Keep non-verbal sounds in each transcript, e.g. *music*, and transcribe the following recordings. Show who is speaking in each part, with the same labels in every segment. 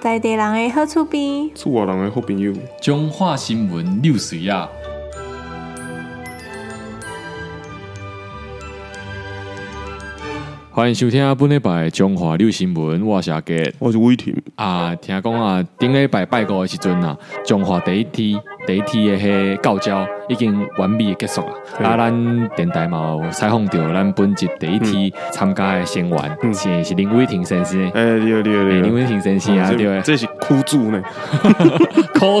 Speaker 1: 在地人的好厝边，
Speaker 2: 厝外人的好朋友，
Speaker 3: 中华新闻六水啊，欢迎收听本礼拜的中华六新闻，我是阿杰
Speaker 2: 我是伟霆。
Speaker 3: 啊。听讲啊，顶礼拜拜五的时阵啊，中华第一天第一天的迄教招已经完美地结束啊。
Speaker 2: 对
Speaker 3: 啊，咱电台嘛有采访到咱本集第一天参加的成员、
Speaker 2: 嗯
Speaker 3: 是是林伟霆先生，
Speaker 2: 哎、对对
Speaker 3: 欸
Speaker 2: 对
Speaker 3: 林
Speaker 2: 对，
Speaker 3: 伟霆先生啊，
Speaker 2: 这
Speaker 3: 对，
Speaker 2: 这是苦主呢，
Speaker 3: 扣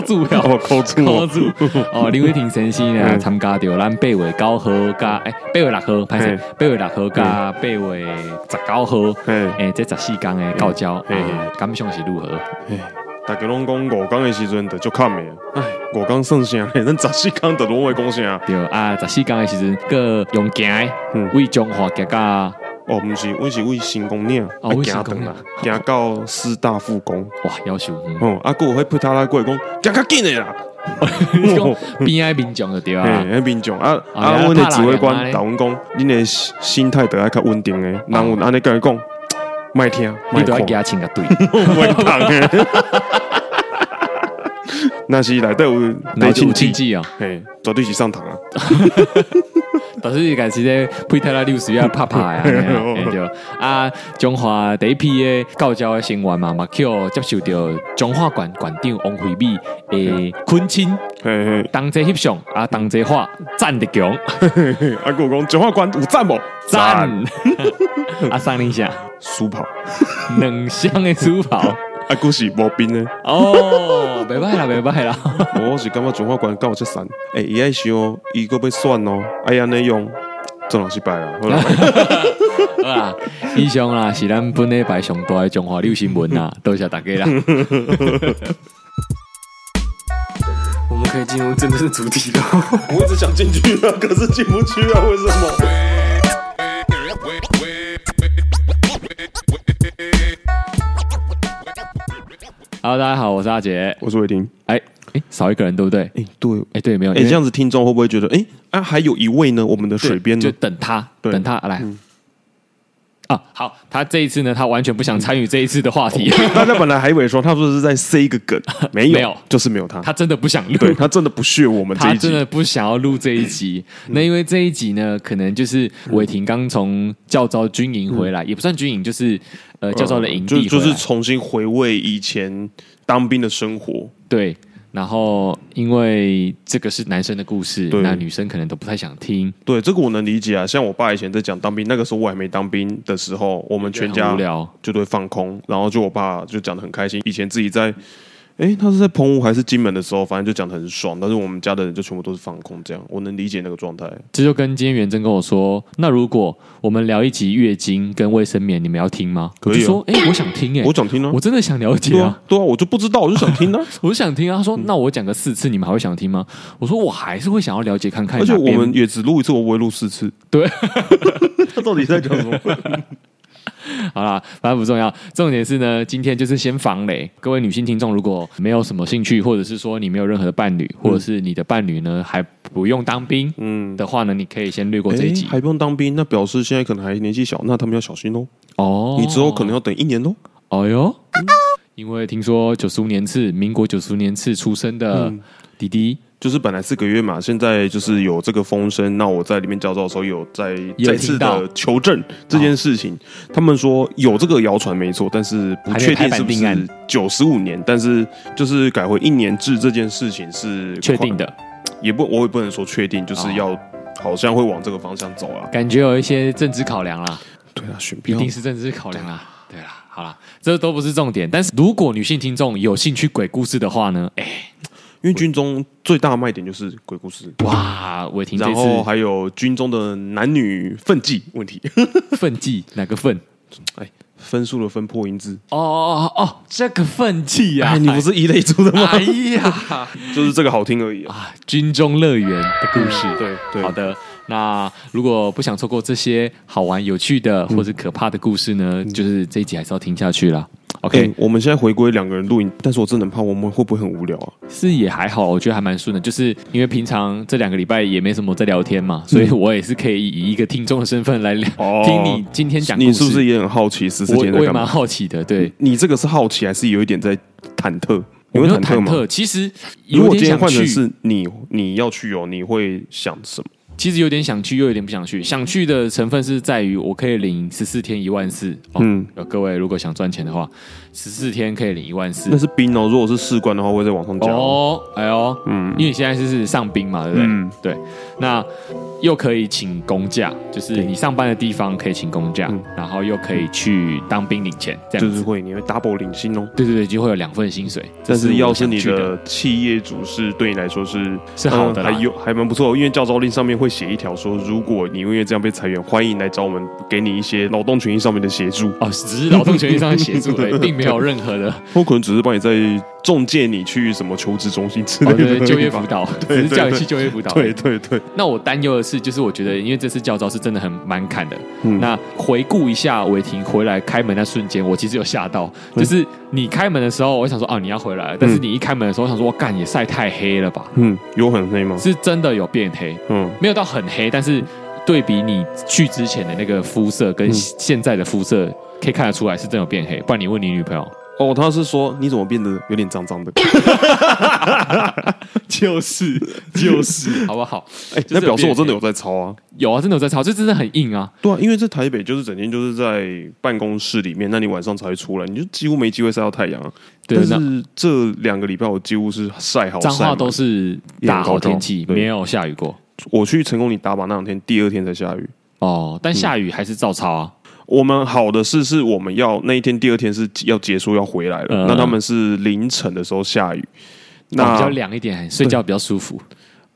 Speaker 2: *laughs*
Speaker 3: 住了。
Speaker 2: 哦，苦主
Speaker 3: 靠 *laughs*
Speaker 2: 哦，
Speaker 3: 住哦，林伟霆先生呢
Speaker 2: 嗯
Speaker 3: 参加着咱八月九号加诶八月六号，歹势
Speaker 2: 嘿
Speaker 3: 八月六号加
Speaker 2: 嗯
Speaker 3: 八月十九号，
Speaker 2: 嘿
Speaker 3: 诶，这十四天的教招
Speaker 2: 嘿嘿
Speaker 3: 啊，感想是如何？
Speaker 2: 哎 *laughs* 大家拢讲五天的时阵就足坎的，哎，五天算啥呢？咱十四天就拢会讲啥？
Speaker 3: 对啊，十四天的时阵，个用行的
Speaker 2: 嗯
Speaker 3: 为中华行到
Speaker 2: 哦，毋是，阮是为新公岭，
Speaker 3: 哦
Speaker 2: 要
Speaker 3: 为
Speaker 2: 行
Speaker 3: 成功
Speaker 2: 长
Speaker 3: 岭
Speaker 2: 啦，行到师大附工，
Speaker 3: 哇，要求
Speaker 2: *laughs*
Speaker 3: 嗯， *laughs*
Speaker 2: 哦，啊，还有迄普塔拉过讲，行较紧的啦，哦
Speaker 3: 你讲边爱民众就对啊，
Speaker 2: 嘿，迄民众啊
Speaker 3: 啊
Speaker 2: 啊，
Speaker 3: 你
Speaker 2: 阮
Speaker 3: 啊
Speaker 2: 的
Speaker 3: 拍
Speaker 2: 指挥
Speaker 3: 人
Speaker 2: 官
Speaker 3: 啊你
Speaker 2: 甲阮讲，恁的心态得爱较稳定的，人有安尼甲伊讲，莫听，
Speaker 3: 你
Speaker 2: 莫
Speaker 3: 都要
Speaker 2: 看
Speaker 3: 加请个
Speaker 2: *laughs*
Speaker 3: 队，
Speaker 2: 袂当诶。若是内底有
Speaker 3: 那
Speaker 2: 内
Speaker 3: 就
Speaker 2: 亲
Speaker 3: 有
Speaker 2: 戚，
Speaker 3: 经济啊，
Speaker 2: 嘿，绝对是上堂啊！
Speaker 3: 但是开始咧配泰拉六十要拍拍啊，安尼啊嘿对啊，中华第一批的教招的成员嘛，嘛去接受到中华馆馆长王惠美的恳亲，
Speaker 2: 嘿嘿
Speaker 3: 同齐翕相啊，同齐画赞的强
Speaker 2: 嘿嘿，啊，还有讲中华馆有赞无？
Speaker 3: 赞， *laughs* 啊，送你一下
Speaker 2: 输跑，
Speaker 3: 两箱的珠宝
Speaker 2: 啊，故是无兵诶。
Speaker 3: 哦，袂歹啦，袂歹啦，
Speaker 2: 我是感觉中华馆够有这三，诶，伊爱想哦，伊个要选哦，爱安尼用，真老失败啦。好啦
Speaker 3: 好啦，以上啦是咱本礼拜上大的中华六新闻啦，多谢大家啦。
Speaker 4: 我们可以进入真的是主题了。
Speaker 2: 我一直想进去啊，可是进不去啊，为什么？
Speaker 3: Hello，大家好，我是阿杰。
Speaker 2: 我是伟霆。
Speaker 3: 哎哎，少一个人对不对？
Speaker 2: 诶，对，
Speaker 3: 哎，对，没有，
Speaker 2: 诶，
Speaker 3: 因为
Speaker 2: 这样子听众会不会觉得，诶，啊，还有一位呢，我们的
Speaker 3: 对
Speaker 2: 水边
Speaker 3: 就
Speaker 2: 呢？
Speaker 3: 等他，
Speaker 2: 对嗯
Speaker 3: 等他来。啊，好，他这一次呢，他完全不想参与这一次的话题，
Speaker 2: 大家本来还以为说他说是在塞一个
Speaker 3: *laughs*
Speaker 2: 梗，没有，
Speaker 3: 没有
Speaker 2: 就是没有他。
Speaker 3: *laughs* 他真的不想
Speaker 2: 对
Speaker 3: 录，
Speaker 2: 他真的不屑我们这
Speaker 3: *laughs* 他
Speaker 2: 一
Speaker 3: 真
Speaker 2: 集，嗯
Speaker 3: 的不想要录这一集。那因为这一集呢，可能就是伟霆刚从教招军营回来，也不算军营，就是呃教招的营
Speaker 2: 嗯就
Speaker 3: 地
Speaker 2: 嗯
Speaker 3: 回
Speaker 2: 就
Speaker 3: 来，
Speaker 2: 是重新回味以前当兵的生活。
Speaker 3: 对。然后，因为这个是男生的故事，
Speaker 2: 对
Speaker 3: 那女生可能都不太想听，
Speaker 2: 对，这个我能理解啊。像我爸以前在讲当兵，那个时候我还没当兵的时候，我们全
Speaker 3: 很
Speaker 2: 家
Speaker 3: 无聊。
Speaker 2: 就都会放空，然后就我爸就讲的很开心。以前自己在，诶，他是在澎湖还是金门的时候，反正就讲的很爽。但是我们家的人就全部都是放空，这样我能理解那个状态。
Speaker 3: 这就跟今天元真跟我说，那如果我们聊一集月经跟卫生棉，你们要听吗？
Speaker 2: 可以啊
Speaker 3: 我就说，哎、我想听、哎，
Speaker 2: 我想听啊
Speaker 3: 我，真的想了解
Speaker 2: 对
Speaker 3: 啊
Speaker 2: 啊，，对啊，我就不知道，我就想听啊。
Speaker 3: 我想听啊。他说，那我讲个四次，你们还会想听吗？我说，我还是会想要了解看看
Speaker 2: 而
Speaker 3: 哪
Speaker 2: 且
Speaker 3: 边。
Speaker 2: 我们也只录一次，我不会录四次。
Speaker 3: 对，
Speaker 2: *laughs* 他到底在讲
Speaker 3: *laughs*
Speaker 2: 什么？
Speaker 3: 好啦，反正不重要。重点是呢，今天就是先防雷。各位女性听众，如果没有什么兴趣，或者是说你没有任何的伴侣，或者是你的伴侣呢还不用当兵
Speaker 2: 嗯，
Speaker 3: 的话呢，你可以先略过这
Speaker 2: 诶
Speaker 3: 一集。
Speaker 2: 还不用当兵，那表示现在可能还年纪小，那他们要小心哦。
Speaker 3: 哦，
Speaker 2: 你之后可能要等一年哦。
Speaker 3: 哦哟，因为听说九十五年次，民国九十五年次出生
Speaker 2: 嗯
Speaker 3: 的弟弟，
Speaker 2: 就是本来四个月嘛，现在就是有这个风声。那我在里面教授的时候，有在
Speaker 3: 也有
Speaker 2: 再次
Speaker 3: 听到
Speaker 2: 的求证这件事情。他们说有这个谣传没错，但是不
Speaker 3: 还没
Speaker 2: 确
Speaker 3: 拍
Speaker 2: 定
Speaker 3: 板
Speaker 2: 是不
Speaker 3: 定案
Speaker 2: 是九十五年。但是就是改回一年制这件事情是
Speaker 3: 确定，的，
Speaker 2: 也不我也不能说确定，就是
Speaker 3: 哦
Speaker 2: 要好像会往这个方向走啊。
Speaker 3: 感觉有一些政治考量啦。
Speaker 2: 对啊，选
Speaker 3: 一
Speaker 2: 票
Speaker 3: 定是政治考量啦。对啦，好啦，这都不是重点。但是如果女性听众有兴趣鬼故事的话呢，哎、
Speaker 2: 因为军中最大的卖点就是鬼故事，
Speaker 3: 哇，伟霆
Speaker 2: 然
Speaker 3: 这
Speaker 2: 后
Speaker 3: 次
Speaker 2: 还有军中的男女分际问题， *laughs*
Speaker 3: 奋际哪个奋？
Speaker 2: 哎，分数的分破音字。
Speaker 3: *laughs* 哦哦哦哦，这个奋际呀、
Speaker 2: 哎，你不是一类出的吗？
Speaker 3: 哎呀
Speaker 2: 就是这个好听而已啊。
Speaker 3: *laughs* 啊，军中乐园的故事。
Speaker 2: 对对，
Speaker 3: 好，的，那如果不想错嗯过这些好玩、有趣的或者可怕的故事呢，就是这一集还是要听下去啦。 OK，、
Speaker 2: 欸我们现在回归两个人录影，但是我真的很怕我们会不会很无聊啊？
Speaker 3: 是也还好，我觉得还蛮顺的，就是因为平常这两个礼拜也没什么在聊天嘛，所以我也是可以以一个听众的身份来聊，
Speaker 2: 嗯哦
Speaker 3: 听你今天讲故事。
Speaker 2: 你是不是也很好奇十四
Speaker 3: 我
Speaker 2: 天
Speaker 3: 我
Speaker 2: 在
Speaker 3: 也
Speaker 2: 干
Speaker 3: 蛮
Speaker 2: 嘛？嗯
Speaker 3: 好奇的，对，
Speaker 2: 你这个是好奇还是有一点在忐忑？你
Speaker 3: 我
Speaker 2: 会
Speaker 3: 没有
Speaker 2: 忐忑
Speaker 3: 忐
Speaker 2: 吗？
Speaker 3: 忑，其实
Speaker 2: 如
Speaker 3: 有
Speaker 2: 果今
Speaker 3: 点
Speaker 2: 天
Speaker 3: 想
Speaker 2: 换成
Speaker 3: 去，
Speaker 2: 是你，你要去哦，你会想什么？
Speaker 3: 其实有点想去，又有点不想去。想去的成分是在于我可以领十四天一万四，哦、
Speaker 2: 嗯，
Speaker 3: 呃各位如果想赚钱的话，十四天可以领一万四
Speaker 2: 那。是冰哦。如果是士官的话，会再往上加哦。
Speaker 3: 哦，哎呦，
Speaker 2: 嗯
Speaker 3: 因为你现在是是上兵嘛，对不对？
Speaker 2: 嗯
Speaker 3: 对，那又可以请公假，就是你上班的地方可以请公假，
Speaker 2: 嗯
Speaker 3: 然后又可以去当兵领钱，这样
Speaker 2: 就
Speaker 3: 子。
Speaker 2: 是会你会 double 领薪哦。
Speaker 3: 对对对，就会有两份薪水。
Speaker 2: 但
Speaker 3: 这
Speaker 2: 是
Speaker 3: 我
Speaker 2: 要是
Speaker 3: 想
Speaker 2: 你
Speaker 3: 去的
Speaker 2: 的企业主是对你来说是嗯
Speaker 3: 是好的啦
Speaker 2: 还有还蛮不错，因为教招令上面会写一条说，如果你因为这样被裁员，欢迎来找我们，给你一些劳动权益上面的协助，
Speaker 3: 哦，只是劳动权益上的
Speaker 2: *laughs*
Speaker 3: 协助而已，并没有任何的
Speaker 2: 我可能只是帮你在中介你去什么求职中心之
Speaker 3: 哦
Speaker 2: 类
Speaker 3: 对
Speaker 2: 的、
Speaker 3: 对就业辅。导，只
Speaker 2: 对
Speaker 3: 是叫你去就业辅
Speaker 2: *laughs*
Speaker 3: 导。
Speaker 2: 对对对，
Speaker 3: 那我担忧的是，就是我觉得，因为这次教招是真的很蛮砍的。
Speaker 2: 嗯
Speaker 3: 那回顾一下伟霆回来开门那瞬间，我其实有吓到，
Speaker 2: 嗯
Speaker 3: 就是你开门的时候，我想说哦你要回来了，但是你一开门的时候，我想说我干也晒太黑了吧，
Speaker 2: 嗯，有很黑吗？
Speaker 3: 是真的有变黑，
Speaker 2: 嗯，
Speaker 3: 没有到很黑，但是对比你去之前的那个肤色跟
Speaker 2: 嗯
Speaker 3: 现在的肤色，可以看得出来是真的有变黑。不然你问你女朋友，
Speaker 2: 哦，他是说你怎么变得有点脏 *laughs* 脏的？
Speaker 3: 就是就是，好不好？
Speaker 2: 哎、
Speaker 3: 就是
Speaker 2: 那表示我
Speaker 3: 有变
Speaker 2: 真的有在抄啊。
Speaker 3: 有啊，真的有在吵，这真的很硬啊。
Speaker 2: 对啊，因为在台北就是整天就是在办公室里面，那你晚上才会出来，你就几乎没机会晒到太阳啊。
Speaker 3: 对
Speaker 2: 但
Speaker 3: 那
Speaker 2: 是这两个礼拜我几乎是晒好晒
Speaker 3: 彰化
Speaker 2: 满
Speaker 3: 都是大好天气，
Speaker 2: 对
Speaker 3: 没有下雨过
Speaker 2: 我去成功里打靶那两天，第二天才下雨。
Speaker 3: 哦，
Speaker 2: 嗯
Speaker 3: 但下雨还是照抄啊。
Speaker 2: 我们好的是是我们要那一天，第二天是要结束要回来了。
Speaker 3: 嗯
Speaker 2: 那他们是凌晨的时候下雨，
Speaker 3: 哦
Speaker 2: 那
Speaker 3: 比较凉一点，睡觉比较舒服。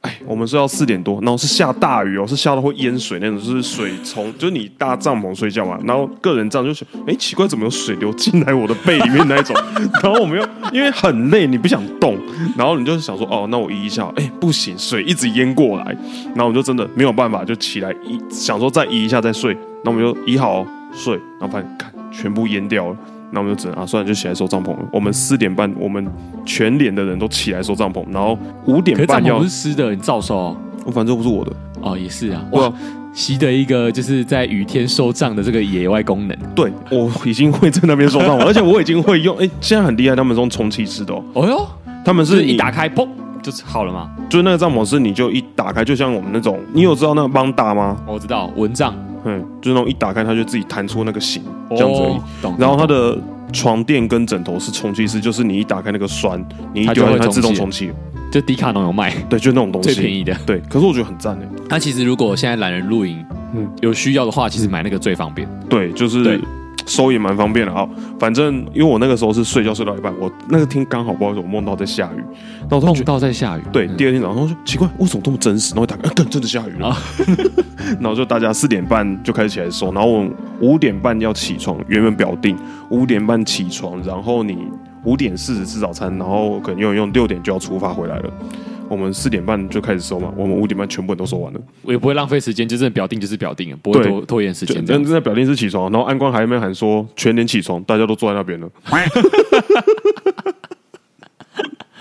Speaker 2: 哎，我们睡到四点多，然后是下大雨哦，是下到会淹水那种，就是水从就是你搭帐篷睡觉嘛，然后个人帐就是哎奇怪怎么有水流进来我的背里面那一种，然后我们又因为很累，你不想动，然后你就想说哦，那我移一下，哎不行，水一直淹过来，然后我就真的没有办法，就起来移，想说再移一下再睡，那我们就移好、哦、睡，然后发现看全部淹掉了。那我们就只能啊，算了，就起来收帐篷了。我们四点半，我们全连的人都起来收帐篷，然后五点
Speaker 3: 可是帐
Speaker 2: 半
Speaker 3: 篷
Speaker 2: 要
Speaker 3: 不是湿的，你照收哦
Speaker 2: 我反正不是我的，
Speaker 3: 哦，也是啊。
Speaker 2: 对
Speaker 3: 哇
Speaker 2: 啊，
Speaker 3: 习得一个就是在雨天收帐的这个野外功能。
Speaker 2: 对我已经会在那边收
Speaker 3: *laughs*
Speaker 2: 账，而且我已经会用。哎、现在很厉害，他们是用充气式的、哦，
Speaker 3: 哦哟，
Speaker 2: 他们
Speaker 3: 就是是一
Speaker 2: 你
Speaker 3: 打，开砰就是好了嘛。
Speaker 2: 就是那个帐篷是你就一打开，就像我们那种，你有知道那个邦达吗？
Speaker 3: 哦我知道蚊帐
Speaker 2: 嗯，就是那种一打开它就自己弹出那个形这样子而已。
Speaker 3: 哦懂。
Speaker 2: 然后它
Speaker 3: 懂
Speaker 2: 的床垫跟枕头是充气式，就是你一打开那个栓，你一
Speaker 3: 它就
Speaker 2: 丢下去
Speaker 3: 会
Speaker 2: 它
Speaker 3: 充
Speaker 2: 自动
Speaker 3: 气
Speaker 2: 充气，
Speaker 3: 懂就迪卡侬有卖
Speaker 2: 对，就那种东西
Speaker 3: 最便宜的。
Speaker 2: 对，可是我觉得很赞欸诶。
Speaker 3: 那其实如果现在懒人露营
Speaker 2: 嗯
Speaker 3: 有需要的话，其实买那个最方便。
Speaker 2: 对，就是
Speaker 3: 对
Speaker 2: 收也蛮方便的啊。反正因为我那个时候是睡觉睡到一半，我那个天刚好不好意思，我梦到在下雨，然后我突然觉得
Speaker 3: 碰到在下雨，
Speaker 2: 对，
Speaker 3: 嗯
Speaker 2: 第二天早上我说奇怪，为什么这么真实？然后打开，啊干、真的下雨了。
Speaker 3: 啊
Speaker 2: *laughs* 然后就大家四点半就开始起来收，然后我五点半要起床，原本表定五点半起床，然后你五点四十吃早餐，然后可能用一用六点就要出发回来了。我们四点半就开始收嘛，我们五点半全部人都收完了。
Speaker 3: 我也不会浪费时间，就真的表定就是表定了，不会
Speaker 2: 对
Speaker 3: 拖拖延时
Speaker 2: 就
Speaker 3: 间这
Speaker 2: 真
Speaker 3: 样
Speaker 2: 的
Speaker 3: 子。
Speaker 2: 在表定是起床，然后安官还没喊说全点起床，大家都坐在那边了。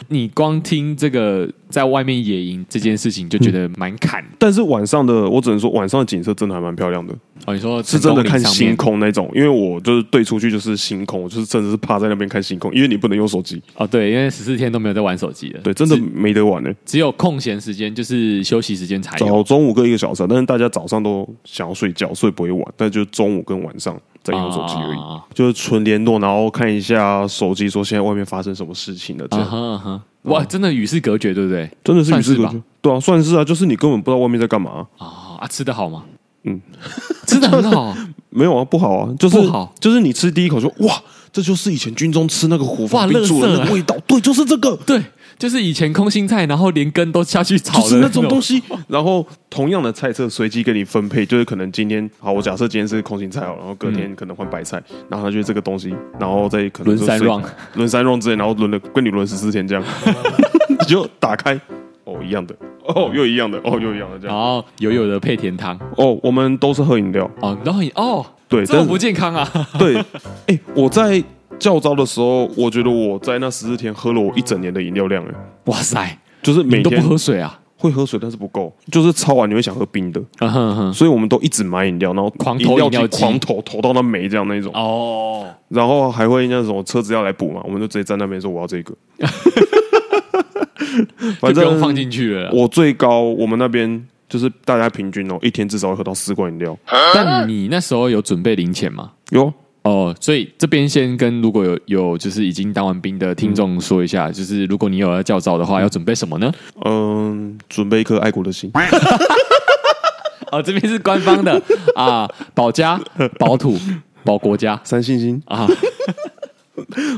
Speaker 3: 你光听这个在外面野营这件事情，就觉得蛮砍的
Speaker 2: 但是晚上的我只能说晚上的景色真的还蛮漂亮的。
Speaker 3: 哦。你说
Speaker 2: 是真的看
Speaker 3: 成功岭上面
Speaker 2: 星空那种，因为我就是对出去就是星空，我就是真的是趴在那边看星空，因为你不能用手机，
Speaker 3: 哦，对，因为十四天都没有在玩手机了，
Speaker 2: 对，真的
Speaker 3: 只
Speaker 2: 没得玩呢、
Speaker 3: 只有空闲时间，就是休息时间才有
Speaker 2: 早中午各一个小时啊，但是大家早上都想要睡觉，所以不会玩，但就中午跟晚上在用手机而已，
Speaker 3: 啊
Speaker 2: 就是纯联络，然后看一下手机，说现在外面发生什么事情了，这
Speaker 3: 啊
Speaker 2: 样、
Speaker 3: 哈啊哈！哇，真的与世隔绝，对不对？
Speaker 2: 真的是与世隔
Speaker 3: 算是
Speaker 2: 绝，对啊，算是啊，就是你根本不知道外面在干嘛、
Speaker 3: 啊啊，吃的好吗？
Speaker 2: 嗯，
Speaker 3: 吃的很 *laughs* 好，
Speaker 2: 没有啊，不好啊，就是
Speaker 3: 不好
Speaker 2: 就是你吃第一口就哇，这就是以前军中吃那个虎
Speaker 3: 哇
Speaker 2: 饭冰煮的
Speaker 3: 垃圾
Speaker 2: 那
Speaker 3: 啊
Speaker 2: 个味道，对，就是这个。
Speaker 3: 对，就是以前空心菜，然后连根都下去炒
Speaker 2: 就是
Speaker 3: 的
Speaker 2: 那种东
Speaker 3: 西。
Speaker 2: 西。然后同样的菜色随机给你分配，就是可能今天好，我假设今天是空心菜哦，然后隔天可能换白菜，然后它就是这个东西，然后再可能
Speaker 3: 嗯轮三 round
Speaker 2: 乱 *laughs* 轮三 round 之类，然后轮了跟你轮十四天
Speaker 3: *laughs*
Speaker 2: 这样，你就打开哦一样的，哦又一样的，哦又一样的这
Speaker 3: 然
Speaker 2: 样。
Speaker 3: 后油油的配甜汤
Speaker 2: 哦，我们都是喝饮料，
Speaker 3: 哦，然后你哦，
Speaker 2: 对， *laughs*
Speaker 3: 这么
Speaker 2: 但
Speaker 3: 不
Speaker 2: 是
Speaker 3: 健康啊！
Speaker 2: 对，哎，我在较早的时候，我觉得我在那十四天喝了我一整年的饮料量，哎
Speaker 3: *laughs* 哇塞，
Speaker 2: 就是每
Speaker 3: 你都
Speaker 2: 天
Speaker 3: 不喝水啊？
Speaker 2: 会喝水，但是不够，就是超完你会想喝冰的，
Speaker 3: 嗯哼哼，
Speaker 2: 所以我们都一直买饮料，然后
Speaker 3: 狂投
Speaker 2: 饮料
Speaker 3: 饮料
Speaker 2: 机
Speaker 3: 机
Speaker 2: 狂投，投到它没这样那一种，
Speaker 3: 哦，
Speaker 2: 然后还会那种车子要来补嘛，我们就直接在那边说我要这个，
Speaker 3: *laughs* 就
Speaker 2: 反
Speaker 3: 不用
Speaker 2: 正
Speaker 3: 放进去了啦。
Speaker 2: 我最高，我们那边就是大家平均哦，一天至少会喝到四罐饮料。
Speaker 3: 但你那时候有准备零钱吗？
Speaker 2: 有
Speaker 3: 哦，所以这边先跟如果有有就是已经当完兵的听众说一下，就是如果你有要教招的话，要准备什么呢？
Speaker 2: 嗯，准备一颗爱国的心，
Speaker 3: 啊哦，这边是官方 *laughs* 的啊，保家、保土、保国家
Speaker 2: 三星星
Speaker 3: 啊。
Speaker 2: *laughs*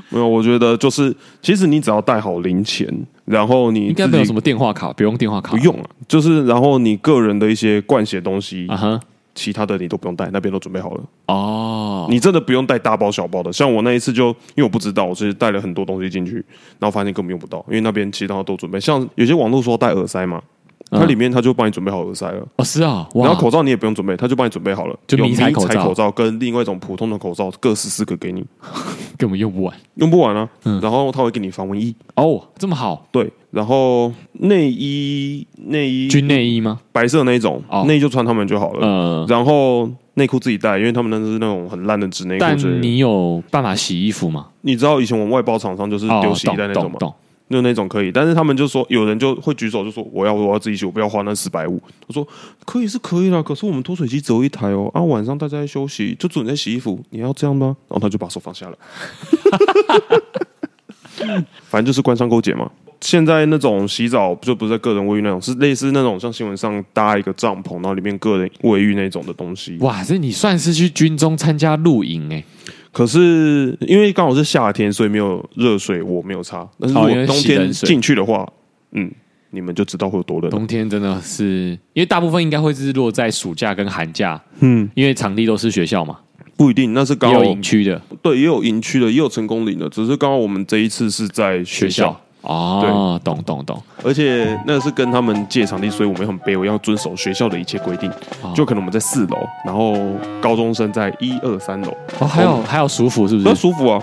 Speaker 2: 没有，我觉得就是，其实你只要带好零钱，然后你
Speaker 3: 应该没有什
Speaker 2: 么
Speaker 3: 么电话卡，不用电话卡，
Speaker 2: 不用啊，就是然后你个人的一些灌血东西，
Speaker 3: 啊哈。
Speaker 2: 其他的你都不用带，那边都准备好了。
Speaker 3: 哦，
Speaker 2: 你真的不用带大包小包的，像我那一次就因为我不知道，我是带了很多东西进去，然后发现根本用不到，因为那边其他都准备。像有些网络说带耳塞嘛，它
Speaker 3: 嗯
Speaker 2: 里面它就帮你准备好耳塞了。
Speaker 3: 哦是啊，哇
Speaker 2: 然后口罩你也不用准备，他就帮你准备好了，
Speaker 3: 就
Speaker 2: 有
Speaker 3: 迷
Speaker 2: 迷彩
Speaker 3: 彩口罩
Speaker 2: 口罩跟另外一种普通的口罩，各十四个给你，
Speaker 3: 根本用不完
Speaker 2: 用不完啊。
Speaker 3: 嗯
Speaker 2: 然后他会给你防蚊衣，
Speaker 3: 哦，这么好，
Speaker 2: 对，然后内衣内衣
Speaker 3: 军内衣吗？
Speaker 2: 白色那一种
Speaker 3: 哦，
Speaker 2: 内衣就穿他们就好了。
Speaker 3: 呃，
Speaker 2: 然后内裤自己带，因为他们那是那种很烂的纸内裤
Speaker 3: 但
Speaker 2: 之类的。
Speaker 3: 你有办法洗衣服吗？
Speaker 2: 你知道以前我们外包厂商就是
Speaker 3: 哦，
Speaker 2: 丢洗衣袋那种
Speaker 3: 懂
Speaker 2: 嘛
Speaker 3: 懂，懂，
Speaker 2: 就那种可以，但是他们就说有人就会举手就说我要我要自己洗，我不要花那四百五。我说可以是可以啦，可是我们脱水机只有一台哦，啊晚上大家在休息就准在洗衣服，你要这样吗？然后他就把手放下了， *laughs* 反正就是官商勾结嘛。现在那种洗澡就不是在个人卫浴那种，是类似那种像新闻上搭一个帐篷，然后里面个人卫浴那种的东西。
Speaker 3: 哇，这你算是去军中参加露营哎，
Speaker 2: 可是因为刚好是夏天，所以没有热水，我没有擦。但是如
Speaker 3: 哦因为
Speaker 2: 果冬
Speaker 3: 洗
Speaker 2: 天
Speaker 3: 冷水
Speaker 2: 进去的话，嗯，你们就知道会有多冷。
Speaker 3: 冬天真的是，因为大部分应该会是落在暑假跟寒假，
Speaker 2: 嗯，
Speaker 3: 因为场地都是学校嘛，
Speaker 2: 不一定，那是
Speaker 3: 也
Speaker 2: 刚好
Speaker 3: 有营区的
Speaker 2: 对，也有营区的，也有成功岭的，只是刚好我们这一次是在学校，
Speaker 3: 哦，懂懂懂，
Speaker 2: 而且那是跟他们借场地，所以我们很卑微，要遵守学校的一切规定。
Speaker 3: 哦
Speaker 2: 就可能我们在四楼，然后高中生在一二三楼，
Speaker 3: 哦，还有还有舒服是不
Speaker 2: 那
Speaker 3: 是？
Speaker 2: 舒服啊。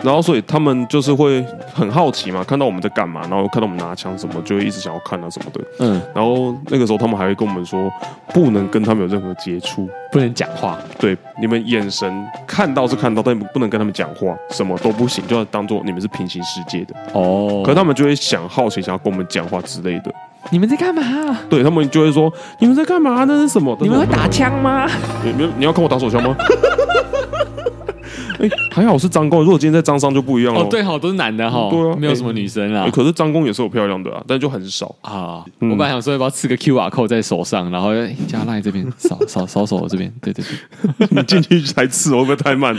Speaker 2: 然后所以他们就是会很好奇嘛，看到我们在干嘛，然后看到我们拿枪什么，就会一直想要看啊什么的。
Speaker 3: 嗯，
Speaker 2: 然后那个时候他们还会跟我们说，不能跟他们有任何接触。
Speaker 3: 不能讲话，
Speaker 2: 对，你们眼神看到是看到，但不能跟他们讲话，什么都不行，就要当做你们是平行世界的。
Speaker 3: 哦，
Speaker 2: 可他们就会想好奇，想要跟我们讲话之类的。
Speaker 3: 你们在干嘛？
Speaker 2: 对他们就会说：“你们在干嘛？啊那是什么？”
Speaker 3: 你们会打
Speaker 2: 枪？
Speaker 3: 枪吗？
Speaker 2: 你们你要看我打手枪吗？ *laughs* 哎、还好是张工，如果今天在张商就不一样了。
Speaker 3: 哦，对哈，都是男的哈，
Speaker 2: 对啊
Speaker 3: 没有什么女生啦
Speaker 2: 哎、。可是张工也是有漂亮的啊，但就很
Speaker 3: *laughs*
Speaker 2: 少。
Speaker 3: 啊，我本来想说要不要刺个 QR code 在手上，然后哎加赖这 *laughs* 边扫扫扫手这边，对对对，
Speaker 2: 你进去才刺，会不会太
Speaker 3: *laughs*
Speaker 2: 慢？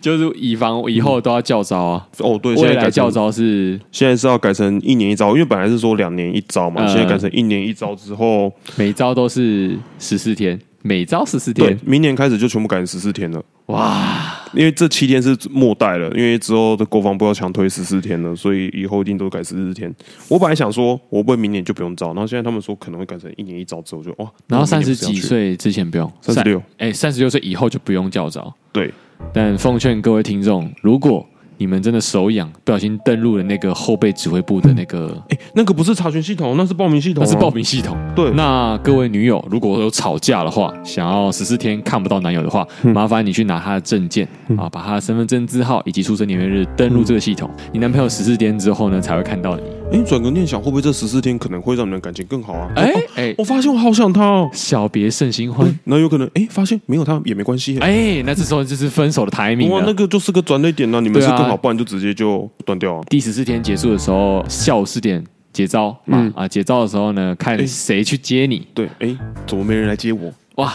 Speaker 3: 就是以防以后都要叫招啊，
Speaker 2: 哦，对，现
Speaker 3: 未
Speaker 2: 在改
Speaker 3: 来叫
Speaker 2: 成
Speaker 3: 招是
Speaker 2: 现在是要改成一年一招，因为本来是说两年一招嘛，
Speaker 3: 嗯
Speaker 2: 现在改成一年一招之后，
Speaker 3: 每招都是十四天，每招十四
Speaker 2: 对
Speaker 3: 天，，
Speaker 2: 明年开始就全部改成十四天了。
Speaker 3: 哇，
Speaker 2: 因为这七天是末代了，因为之后的国防部要强推十四天了，所以以后一定都改十四天。我本来想说，我会不会明年就不用招，然后现在他们说可能会改成一年一招之后就哇，
Speaker 3: 然
Speaker 2: 那
Speaker 3: 后三
Speaker 2: 我明
Speaker 3: 十
Speaker 2: 年不是要
Speaker 3: 几
Speaker 2: 去，
Speaker 3: 岁之前不用，
Speaker 2: 三十六，
Speaker 3: 哎，三十六岁以后就不用叫招。
Speaker 2: 对，
Speaker 3: 但奉劝各位听众，如果你们真的手痒，不小心登录了那个后备指挥部的那个，
Speaker 2: 哎，那个不是查询系统，那是报名系统、
Speaker 3: 那
Speaker 2: 啊，
Speaker 3: 是报名系统。
Speaker 2: 对
Speaker 3: 那各位女友如果有吵架的话，想要十四天看不到男友的话，
Speaker 2: 嗯
Speaker 3: 麻烦你去拿他的证件啊，把他的身份证字号以及出生年月日登录这个系统。你男朋友十四天之后呢，才会看到你。
Speaker 2: 哎，转个念想，会不会这十四天可能会让你们感情更好啊？
Speaker 3: 哎哎，
Speaker 2: 我发现我好想他哦，
Speaker 3: 小别胜新
Speaker 2: 对
Speaker 3: 婚。
Speaker 2: 那有可能哎，发现没有他也没关系。
Speaker 3: 哎，那这时候就是分手的台名
Speaker 2: 哇，那
Speaker 3: 了。
Speaker 2: 个就是个转捩点呢、你们是
Speaker 3: 对啊
Speaker 2: 更好，不然就直接就断掉啊。
Speaker 3: 第十四天结束的时候，下午四点结招啊啊！结招的时候呢，看
Speaker 2: 嗯哎
Speaker 3: 谁去接你。
Speaker 2: 对，哎、怎么没人来接我？
Speaker 3: 哇，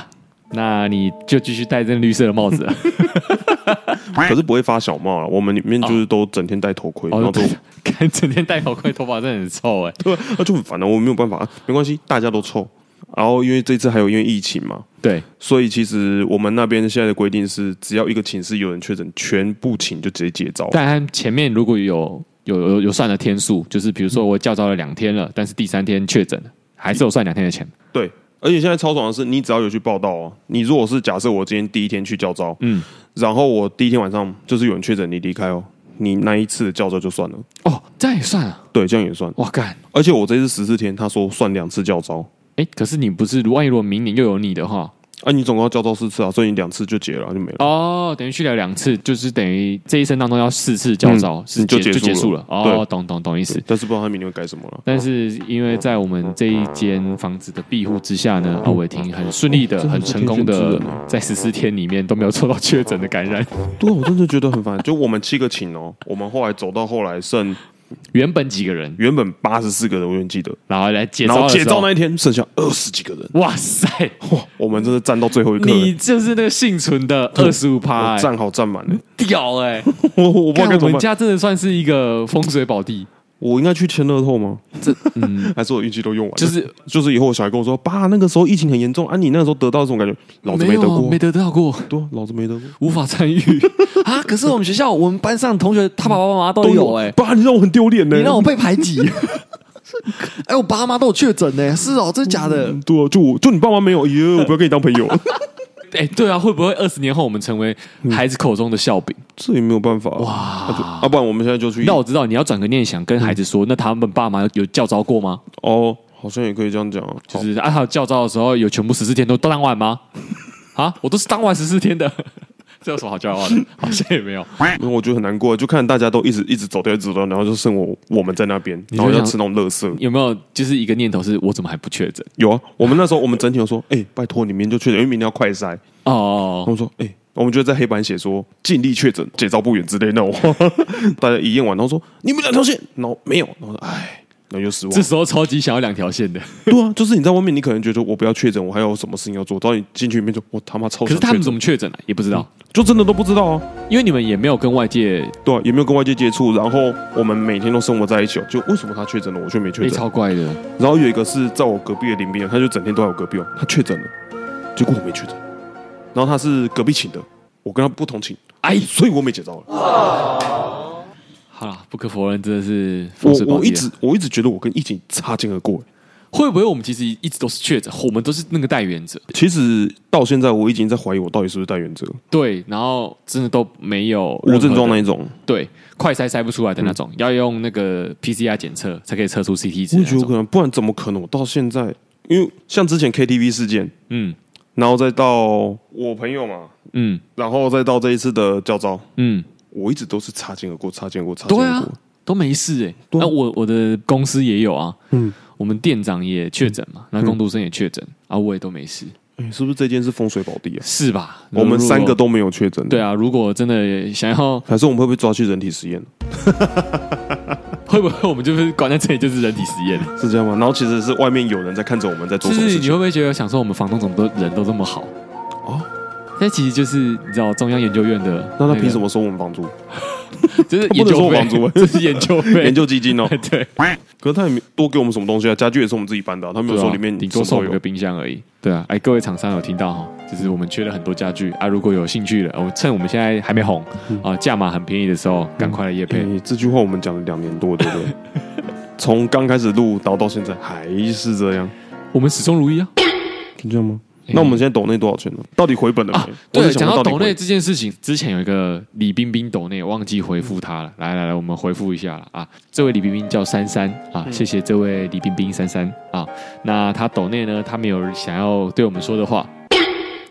Speaker 3: 那你就继续戴这绿色的
Speaker 2: *laughs*
Speaker 3: 帽子了。
Speaker 2: *laughs*
Speaker 3: 啊
Speaker 2: 可是不会发小帽啊，我们里面就是都整天戴头盔，然后
Speaker 3: 哦
Speaker 2: 都，
Speaker 3: *laughs* 看整天戴头盔，头发真的很臭哎、
Speaker 2: *laughs* 对，那就很烦了、啊我没有办法，没关系，大家都臭。然后因为这次还有因为疫情嘛，
Speaker 3: 对，
Speaker 2: 所以其实我们那边现在的规定是，只要一个寝室有人确诊，全部寝就直接解招。
Speaker 3: 但前面如果有有有有算了天数，就是比如说我叫招了两天了，但是第三天确诊了，还是有算两天的钱。
Speaker 2: 对，而且现在超爽的是，你只要有去报道哦，你如果是假设我今天第一天去教招，嗯，然后我第一天晚上就是有人确诊，你离开哦，你那一次的教招就算了，
Speaker 3: 哦，这样也算啊！
Speaker 2: 对，这样也算。
Speaker 3: 哇干，
Speaker 2: 而且我这次十四天，他说算两次教招，
Speaker 3: 哎，可是你不是，万一如果明年又有你的话，
Speaker 2: 啊，你总共要教招四次啊，所以你两次就结了，就没了。
Speaker 3: 哦，等于去了两次，就是等于这一生当中要四次教招，
Speaker 2: 嗯
Speaker 3: 是
Speaker 2: 你就
Speaker 3: 结
Speaker 2: 结束
Speaker 3: 结束了
Speaker 2: 了。
Speaker 3: 哦
Speaker 2: 对，
Speaker 3: 懂懂懂意思。
Speaker 2: 但是不知道他明年会改什么了。
Speaker 3: 但是因为在我们这一间房子的庇护之下呢，哦阿伟霆很顺利的、
Speaker 2: 嗯哦真的
Speaker 3: 很
Speaker 2: 是
Speaker 3: 成功
Speaker 2: 天选
Speaker 3: 的
Speaker 2: 之人，
Speaker 3: 在十四天里面都没有受到确诊的感染。
Speaker 2: 对啊，我真的觉得很烦。就我们七个寝哦，我们后来走到后来剩
Speaker 3: 原本几个人，
Speaker 2: 原本八十四个人，我永远记得，
Speaker 3: 然后来解
Speaker 2: 然
Speaker 3: 招
Speaker 2: 后
Speaker 3: 的
Speaker 2: 解
Speaker 3: 时
Speaker 2: 招
Speaker 3: 候
Speaker 2: 那，一天剩下二十几个人，
Speaker 3: 哇塞，
Speaker 2: 我们真的站到最后一刻
Speaker 3: 你
Speaker 2: 欸，
Speaker 3: 就是那个幸存的二十五
Speaker 2: 我
Speaker 3: 趴，哎
Speaker 2: 站好站满了，
Speaker 3: 屌哎！
Speaker 2: 我我不知道
Speaker 3: 看
Speaker 2: 该
Speaker 3: *laughs* 我
Speaker 2: 怎么
Speaker 3: 们
Speaker 2: 办。
Speaker 3: 家真的算是一个风水宝地，
Speaker 2: 我应该去签乐透吗？这 *laughs* 还是我运气都用完了？
Speaker 3: 嗯就是
Speaker 2: *laughs* 就是以后我小孩跟我说，爸，那个时候疫情很严重啊，你那个时候得到这种感觉，老子
Speaker 3: 没
Speaker 2: 得
Speaker 3: 有啊
Speaker 2: 过
Speaker 3: 没，得到过，
Speaker 2: 对啊，老子没得过。
Speaker 3: 无法参与啊。可是我们学校，我们班上同学，他爸爸妈妈都有哎、
Speaker 2: 爸，你让我很丢脸呢。
Speaker 1: 你让我被排挤。哎，我爸妈都有确诊呢，是哦，真的假的？
Speaker 3: 嗯
Speaker 2: 对啊，就我就你爸妈没有，耶，
Speaker 3: *laughs*
Speaker 2: 我不要跟你当朋友， *laughs*
Speaker 3: 哎、对啊，会不会二十年后我们成为孩子口中的笑柄？
Speaker 2: 这也没有办法哇。啊就啊，不然我们现在就去
Speaker 3: 那我知道你要转个念想，跟孩子说，那他们爸妈有教招过吗？
Speaker 2: 哦，好像也可以这样讲啊，
Speaker 3: 就
Speaker 2: 好
Speaker 3: 是啊，他有教招的时候有全部十四天都当晚吗？ *laughs* 啊，我都是当晚十四天的， *laughs* 这有什么好骄傲的？好像也没有。
Speaker 2: 没有我觉得很难过，就看大家都一直一直走掉，一直走掉，然后就剩我我们在那边，
Speaker 3: 就
Speaker 2: 然后要
Speaker 3: 想
Speaker 2: 吃那种垃圾。
Speaker 3: 有没有就是一个念头是，我怎么还不确诊？
Speaker 2: 有啊，我们那时候我们整体有说，哎、拜托你明天就确诊，因为明天要快筛。然
Speaker 3: 哦
Speaker 2: 后，我说，哎、我们就在黑板写说尽力确诊，解招不远之类那种 *laughs* 话。大家一验完，然后说你们两条线，然后没有，然后说哎，然后就失望
Speaker 3: 这。时候超级想要两条线的，
Speaker 2: *laughs* 对啊，就是你在外面，你可能觉得我不要确诊，我还有什么事情要做，到你进去里面就我他妈超
Speaker 3: 可
Speaker 2: 想
Speaker 3: 是他们
Speaker 2: 确
Speaker 3: 怎
Speaker 2: 诊
Speaker 3: 么确诊啊？也不知道，
Speaker 2: 就真的都不知道啊。
Speaker 3: 因为你们也没有跟外界，
Speaker 2: 对啊，也没有跟外界接触，然后我们每天都生活在一起哦。就为什么他确诊了，我却没确
Speaker 3: 也
Speaker 2: 诊？
Speaker 3: 超怪的。
Speaker 2: 然后有一个是在我隔壁的邻边，他就整天都在我隔壁哦，他确诊了，结果我没确诊。然后他是隔壁寝的，我跟他不同寝，
Speaker 3: 哎，啊
Speaker 2: 所以我没解招了。
Speaker 3: 好了，不可否认，真的是风
Speaker 2: 我
Speaker 3: 水宝
Speaker 2: 我
Speaker 3: 地
Speaker 2: 一
Speaker 3: 啊
Speaker 2: 直我一直觉得我跟疫情擦肩而过。
Speaker 3: 会不会我们其实一直都是确诊，我们都是那个带源者，
Speaker 2: 其实到现在我已经在怀疑我到底是不是带原者，
Speaker 3: 对，然后真的都没有
Speaker 2: 无症状
Speaker 3: 的
Speaker 2: 那一种。
Speaker 3: 对，快筛筛不出来的那
Speaker 2: 嗯
Speaker 3: 种，要用那个 PCR 检测才可以测出 CT 值
Speaker 2: 我
Speaker 3: 那
Speaker 2: 觉得有可
Speaker 3: 种。
Speaker 2: 能，不然怎么可能？我到现在，因为像之前 KTV 事件，
Speaker 3: 嗯
Speaker 2: 然后再到我朋友嘛，
Speaker 3: 嗯
Speaker 2: 然后再到这一次的教招，
Speaker 3: 嗯，
Speaker 2: 我一直都是擦肩而过，擦肩而过，擦肩
Speaker 3: 对
Speaker 2: 而
Speaker 3: 啊
Speaker 2: 过。，
Speaker 3: 都没事哎、欸。
Speaker 2: 对啊
Speaker 3: 那、我我的公司也有啊，
Speaker 2: 嗯，
Speaker 3: 我们店长也确诊嘛，那工读生也确诊啊，我也都没事，
Speaker 2: 哎，是不是这件是风水宝地啊？
Speaker 3: 是吧？
Speaker 2: 我们
Speaker 3: 如果
Speaker 2: 三个都没有确诊，
Speaker 3: 对，啊。如果真的想要，
Speaker 2: 还是我们会不会抓去人体实验？
Speaker 3: 会不会我们就是关在这里就是人体实验？
Speaker 2: 是这样吗？然后其实是外面有人在看着我们在做
Speaker 3: 就
Speaker 2: 什么
Speaker 3: 是
Speaker 2: 事
Speaker 3: 你
Speaker 2: 情
Speaker 3: 会不会觉得想说我们房东怎么都人都这么好？
Speaker 2: 哦。
Speaker 3: 但其实就是你知道中央研究院的、
Speaker 2: 那他凭什
Speaker 3: 么？
Speaker 2: 么收我们房租、
Speaker 3: *laughs* 就
Speaker 2: 他
Speaker 3: 是
Speaker 2: 不
Speaker 3: 研
Speaker 2: 能
Speaker 3: 究
Speaker 2: 收
Speaker 3: 费
Speaker 2: 房租欸
Speaker 3: 这是研究费，
Speaker 2: 研究基金哦？
Speaker 3: *laughs* 对。
Speaker 2: 可是他也没多给我们什么东西啊，家具也是我们自己搬的啊、他没有
Speaker 3: 对啊
Speaker 2: 说里面
Speaker 3: 顶多
Speaker 2: 什
Speaker 3: 送
Speaker 2: 么
Speaker 3: 我
Speaker 2: 都
Speaker 3: 们
Speaker 2: 有
Speaker 3: 个。冰箱而已。对啊，哎，各位厂商有听到哈，就是我们缺了很多家具啊，如果有兴趣的，我、趁我们现在还没红啊，价码很便宜的时候，赶快来夜配。
Speaker 2: 哎这句话我们讲了两年多，对不
Speaker 3: *laughs*
Speaker 2: 对？从刚开始录到到现在还是这样，
Speaker 3: 我们始终如一啊。
Speaker 2: 是这样吗？那我们现在抖内多少钱呢？到底回本了
Speaker 3: 啊
Speaker 2: 没？，我
Speaker 3: 对，
Speaker 2: 是想
Speaker 3: 讲
Speaker 2: 说
Speaker 3: 到
Speaker 2: 底
Speaker 3: 抖
Speaker 2: 回
Speaker 3: 内这件事情，之前有一个李冰冰抖内，忘记回复他了。来来来，我们回复一下了啊。这位李冰冰叫珊珊啊，谢谢这位李冰冰珊珊啊。那他抖内呢，他没有想要对我们说的话，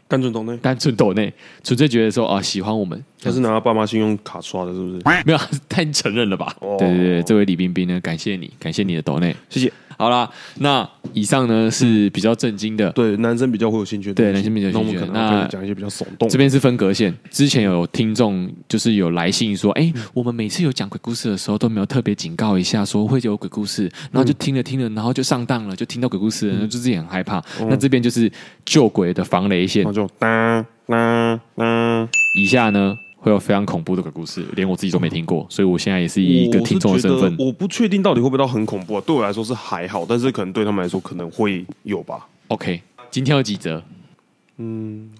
Speaker 2: 单纯抖内，
Speaker 3: 单纯抖内，纯粹觉得说啊喜欢我们，
Speaker 2: 他是拿他爸妈信用卡刷的，是不是？
Speaker 3: 没有太承认了吧？
Speaker 2: 哦
Speaker 3: 对对对，这位李冰冰呢，感谢你，感谢你的抖内。
Speaker 2: 谢谢。
Speaker 3: 好啦，那以上呢是比较震惊的，
Speaker 2: 对，男生比较会有兴趣的东西，
Speaker 3: 对男生比较有
Speaker 2: 那我
Speaker 3: 兴
Speaker 2: 们
Speaker 3: 趣
Speaker 2: 可能
Speaker 3: 那
Speaker 2: 可以讲一些比较耸动的
Speaker 3: 这。边是分隔线。之前有听众就是有来信说，哎、我们每次有讲鬼故事的时候都没有特别警告一下说会有鬼故事，然后就听了听了，然后就上当了，就听到鬼故事了，然后就自己很害怕。那这边就是救鬼的防雷线
Speaker 2: 然后，就哒哒哒。
Speaker 3: 以下呢会有非常恐怖的鬼故事，连我自己都没听过，所以我现在也是以一个
Speaker 2: 哦我是
Speaker 3: 听众的身
Speaker 2: 觉
Speaker 3: 份
Speaker 2: 得。我不确定到底会不会到很恐怖、啊。对我来说是还好，但是可能对他们来说可能会有吧。
Speaker 3: OK，今天有几折？嗯，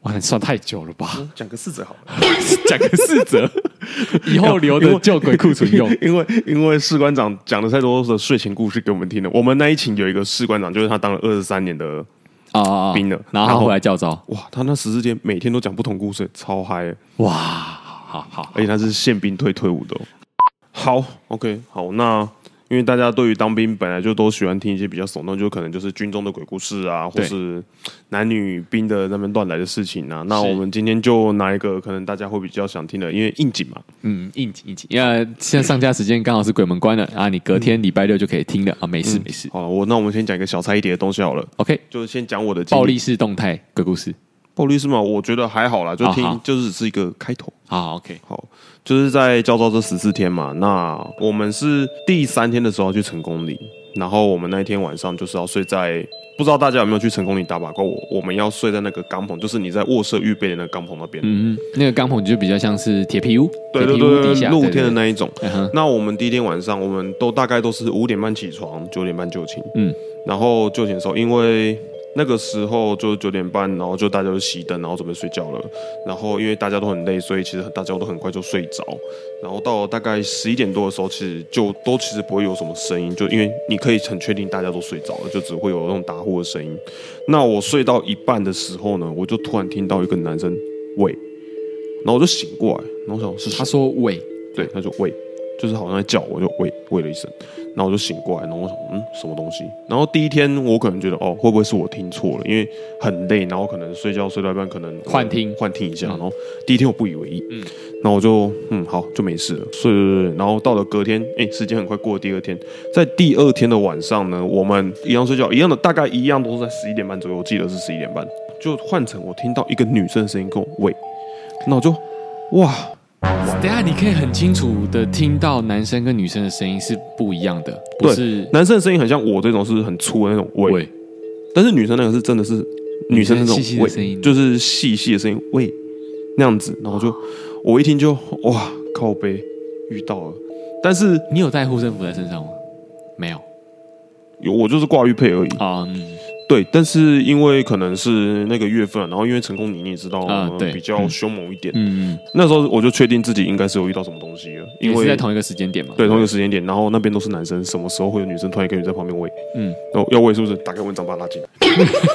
Speaker 3: 哇，你算太久了吧？ *laughs*
Speaker 2: 讲个四折好了，
Speaker 3: 讲个四折， *laughs* 以后留
Speaker 2: 因
Speaker 3: 着
Speaker 2: 为
Speaker 3: 旧哦鬼库存用。
Speaker 2: *laughs* 因为因为士官长讲了太多的睡前故事给我们听了。我们那一群有一个士官长，就是他当了二十三年的，
Speaker 3: 啊啊！啊
Speaker 2: 哦冰的
Speaker 3: 然
Speaker 2: 然
Speaker 3: 后他
Speaker 2: 后
Speaker 3: 回来叫招，
Speaker 2: 哇，他那十四天每天都讲不同故事，超嗨的，
Speaker 3: 哇，好好，
Speaker 2: 而且他是宪兵退退伍的哦。好，OK，好，那因为大家对于当兵本来就都喜欢听一些比较耸动，就可能就是军中的鬼故事啊，或
Speaker 3: 对
Speaker 2: 是男女兵的那边乱来的事情啊。那
Speaker 3: 是
Speaker 2: 我们今天就拿一个可能大家会比较想听的，因为应景嘛，
Speaker 3: 嗯，应景应景，因为现在上架时间刚好是鬼门关了
Speaker 2: 嗯
Speaker 3: 啊，你隔天礼拜六就可以听了啊，没事没事
Speaker 2: 好了，我那我们先讲一个小菜一碟的东西好了，
Speaker 3: ，OK，
Speaker 2: 就是先讲我的经历
Speaker 3: 暴力式动态鬼故事，
Speaker 2: 暴力是吗？我觉得还好啦，就
Speaker 3: 啊
Speaker 2: 听、
Speaker 3: 好
Speaker 2: 就只是一个开头。
Speaker 3: 好，OK，
Speaker 2: 好，就是在教招这十四天嘛，那我们是第三天的时候去成功岭，然后我们那一天晚上就是要睡在，不知道大家有没有去成功岭打靶过？我我们要睡在那个钢棚，就是你在卧室预备的那个钢棚那边，
Speaker 3: 嗯，那个钢棚就比较像是铁皮屋，
Speaker 2: 对对
Speaker 3: 铁皮屋
Speaker 2: 对
Speaker 3: 底
Speaker 2: 对，
Speaker 3: 下
Speaker 2: 露天的，那一种。
Speaker 3: 对对嗯哼
Speaker 2: 那我们第一天晚上，我们都大概都是五点半起床，九点半就寝。
Speaker 3: 嗯，
Speaker 2: 然后就寝的时候，因为那个时候就九点半，然后就大家就熄灯，然后准备睡觉了。然后因为大家都很累，所以其实大家都很快就睡着。然后到了大概十一点多的时候，其实就都其实不会有什么声音，就因为你可以很确定大家都睡着了，就只会有那种打呼的声音。那我睡到一半的时候呢，我就突然听到一个男生喂，然后我就醒过来，然后我想是谁
Speaker 3: 他说喂，
Speaker 2: 对，他就喂，就是好像在叫我，就喂喂了一声，然后我就醒过来，然后我想，嗯，什么东西？然后第一天我可能觉得，哦，会不会是我听错了？因为很累，然后可能睡觉睡到一半，可能
Speaker 3: 幻听
Speaker 2: 幻听一下，
Speaker 3: 嗯
Speaker 2: 然后第一天我不以为意，嗯，然后我就嗯好就没事了，睡睡睡，然后到了隔天，哎、时间很快过了，第二天，在第二天的晚上呢，我们一样睡觉，一样的大概一样都是在十一点半左右，我记得是十一点半，就换成我听到一个女生的声音跟我喂，那我就哇。
Speaker 3: 等一下你可以很清楚的听到男生跟女生的声音是不一样的，不
Speaker 2: 对
Speaker 3: 是
Speaker 2: 男生的声音很像我这种是很粗的那种喂，
Speaker 3: 喂，
Speaker 2: 但是女生那个是真的是女生那种
Speaker 3: 细细的
Speaker 2: 喂，
Speaker 3: 声音哦
Speaker 2: 就是细细的声音喂那样子，然后就我一听就哇靠背遇到了，但是
Speaker 3: 你有带护身符在身上吗？没有
Speaker 2: 有我就是挂玉佩而已，
Speaker 3: 啊，嗯
Speaker 2: 对，但是因为可能是那个月份，然后因为成功你你也知道、
Speaker 3: 啊
Speaker 2: 呃
Speaker 3: 对
Speaker 2: 比较凶猛一点，
Speaker 3: 嗯，
Speaker 2: 那时候我就确定自己应该是有遇到什么东西了，因
Speaker 3: 也是
Speaker 2: 为
Speaker 3: 在同一个时间点嘛，
Speaker 2: 对同一个时间点，然后那边都是男生，什么时候会有女生突然一个人在旁边喂？
Speaker 3: 嗯，
Speaker 2: 然后哦要喂是不是？打开文章把他拉进来。 *laughs*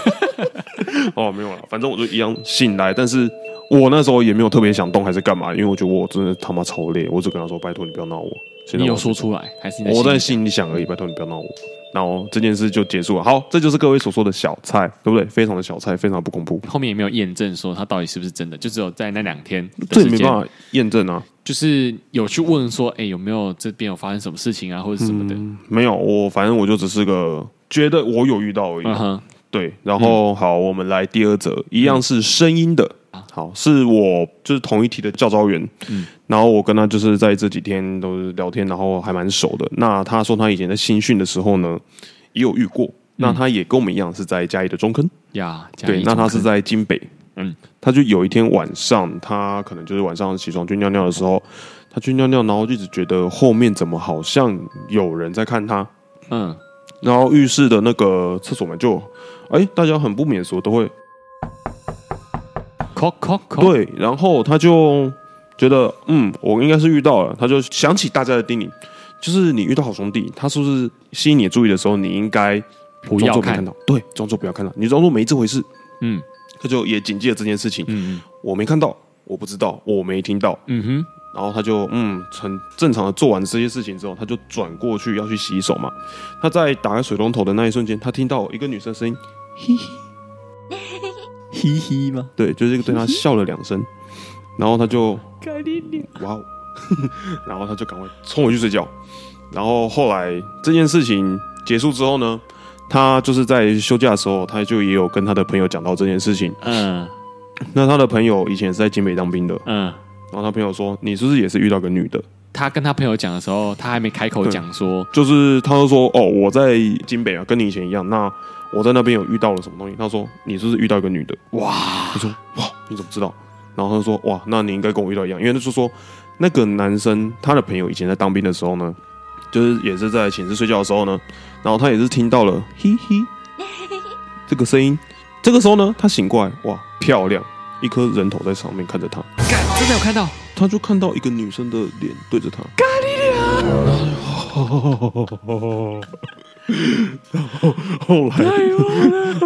Speaker 2: 哦，没有了，反正我就一样醒来，但是我那时候也没有特别想动还是干嘛，因为我觉得我真的他妈超累，我只跟他说拜托你不要闹我。现在
Speaker 3: 嗯你有
Speaker 2: 我
Speaker 3: 说出来还是你
Speaker 2: 我在
Speaker 3: 里
Speaker 2: 心里想而已，拜托你不要闹我。然后这件事就结束了。好，这就是各位所说的小菜，对不对？非常的小菜，非常不公布，
Speaker 3: 后面也没有验证说他到底是不是真的，就只有在那两天的
Speaker 2: 这
Speaker 3: 时
Speaker 2: 也没
Speaker 3: 间，
Speaker 2: 办法验证啊。
Speaker 3: 就是有去问说，哎、有没有这边有发生什么事情啊，或者什么的，
Speaker 2: 没有，我反正我就只是个觉得我有遇到而已。
Speaker 3: 嗯哼，
Speaker 2: 对，然后、好，我们来第二则，一样是声音的。好，是我就是同一题的教招员，然后我跟他就是在这几天都是聊天，然后还蛮熟的。那他说他以前在新训的时候呢，也有遇过。那他也跟我们一样是在嘉义的中坑，
Speaker 3: 呀，这样
Speaker 2: 对，
Speaker 3: 一
Speaker 2: 那
Speaker 3: 种
Speaker 2: 他是
Speaker 3: 可
Speaker 2: 在金北，嗯
Speaker 3: 嗯，
Speaker 2: 他就有一天晚上，他可能就是晚上起床去尿尿的时候，他去尿尿，然后就一直觉得后面怎么好像有人在看他，
Speaker 3: 嗯，
Speaker 2: 然后浴室的那个厕所门就，哎、大家很不免俗都会
Speaker 3: c a l
Speaker 2: 对，然后他就觉得，嗯，我应该是遇到了，他就想起大家的叮咛，就是你遇到好兄弟，他是不是吸引你的注意的时候，你应该
Speaker 3: 不
Speaker 2: 装
Speaker 3: 要
Speaker 2: 作没
Speaker 3: 看
Speaker 2: 看，到，对，装作不要看到，你装作没这回事，
Speaker 3: 嗯
Speaker 2: 他就也谨记了这件事情，
Speaker 3: 嗯
Speaker 2: 我没看到，我不知道，我没听到，
Speaker 3: 嗯嗯哼，
Speaker 2: 然后他就嗯很正常的做完这些事情之后，他就转过去要去洗手嘛。他在打开水龙头的那一瞬间，他听到一个女生声音，
Speaker 1: 嘻嘻吗？
Speaker 2: 对，就是对他笑了两声，然后他就哇哦， *laughs* 然后他就赶快冲回去睡觉。然后后来这件事情结束之后呢，他就是在休假的时候，他就也有跟他的朋友讲到这件事情。
Speaker 3: 嗯
Speaker 2: 那他的朋友以前是在金北当兵的，
Speaker 3: 嗯。
Speaker 2: 然后他朋友说：“你是不是也是遇到个女的？”
Speaker 3: 他跟他朋友讲的时候，他还没开口
Speaker 2: 对
Speaker 3: 讲说，
Speaker 2: 就是他就说哦，我在金北啊，跟你以前一样。那我在那边有遇到了什么东西？他说你是不是遇到一个女的？
Speaker 3: 哇，
Speaker 2: 我说哇，你怎么知道？然后他就说哇，那你应该跟我遇到一样，因为他就说那个男生他的朋友以前在当兵的时候呢，就是也是在寝室睡觉的时候呢，然后他也是听到了嘿嘿这个声音，这个时候呢，他醒过来，哇，漂亮，一颗人头在上面看着他，
Speaker 3: 真的有看到，
Speaker 5: 他就看到一个女生的脸对着他，
Speaker 2: 后来，
Speaker 3: 哎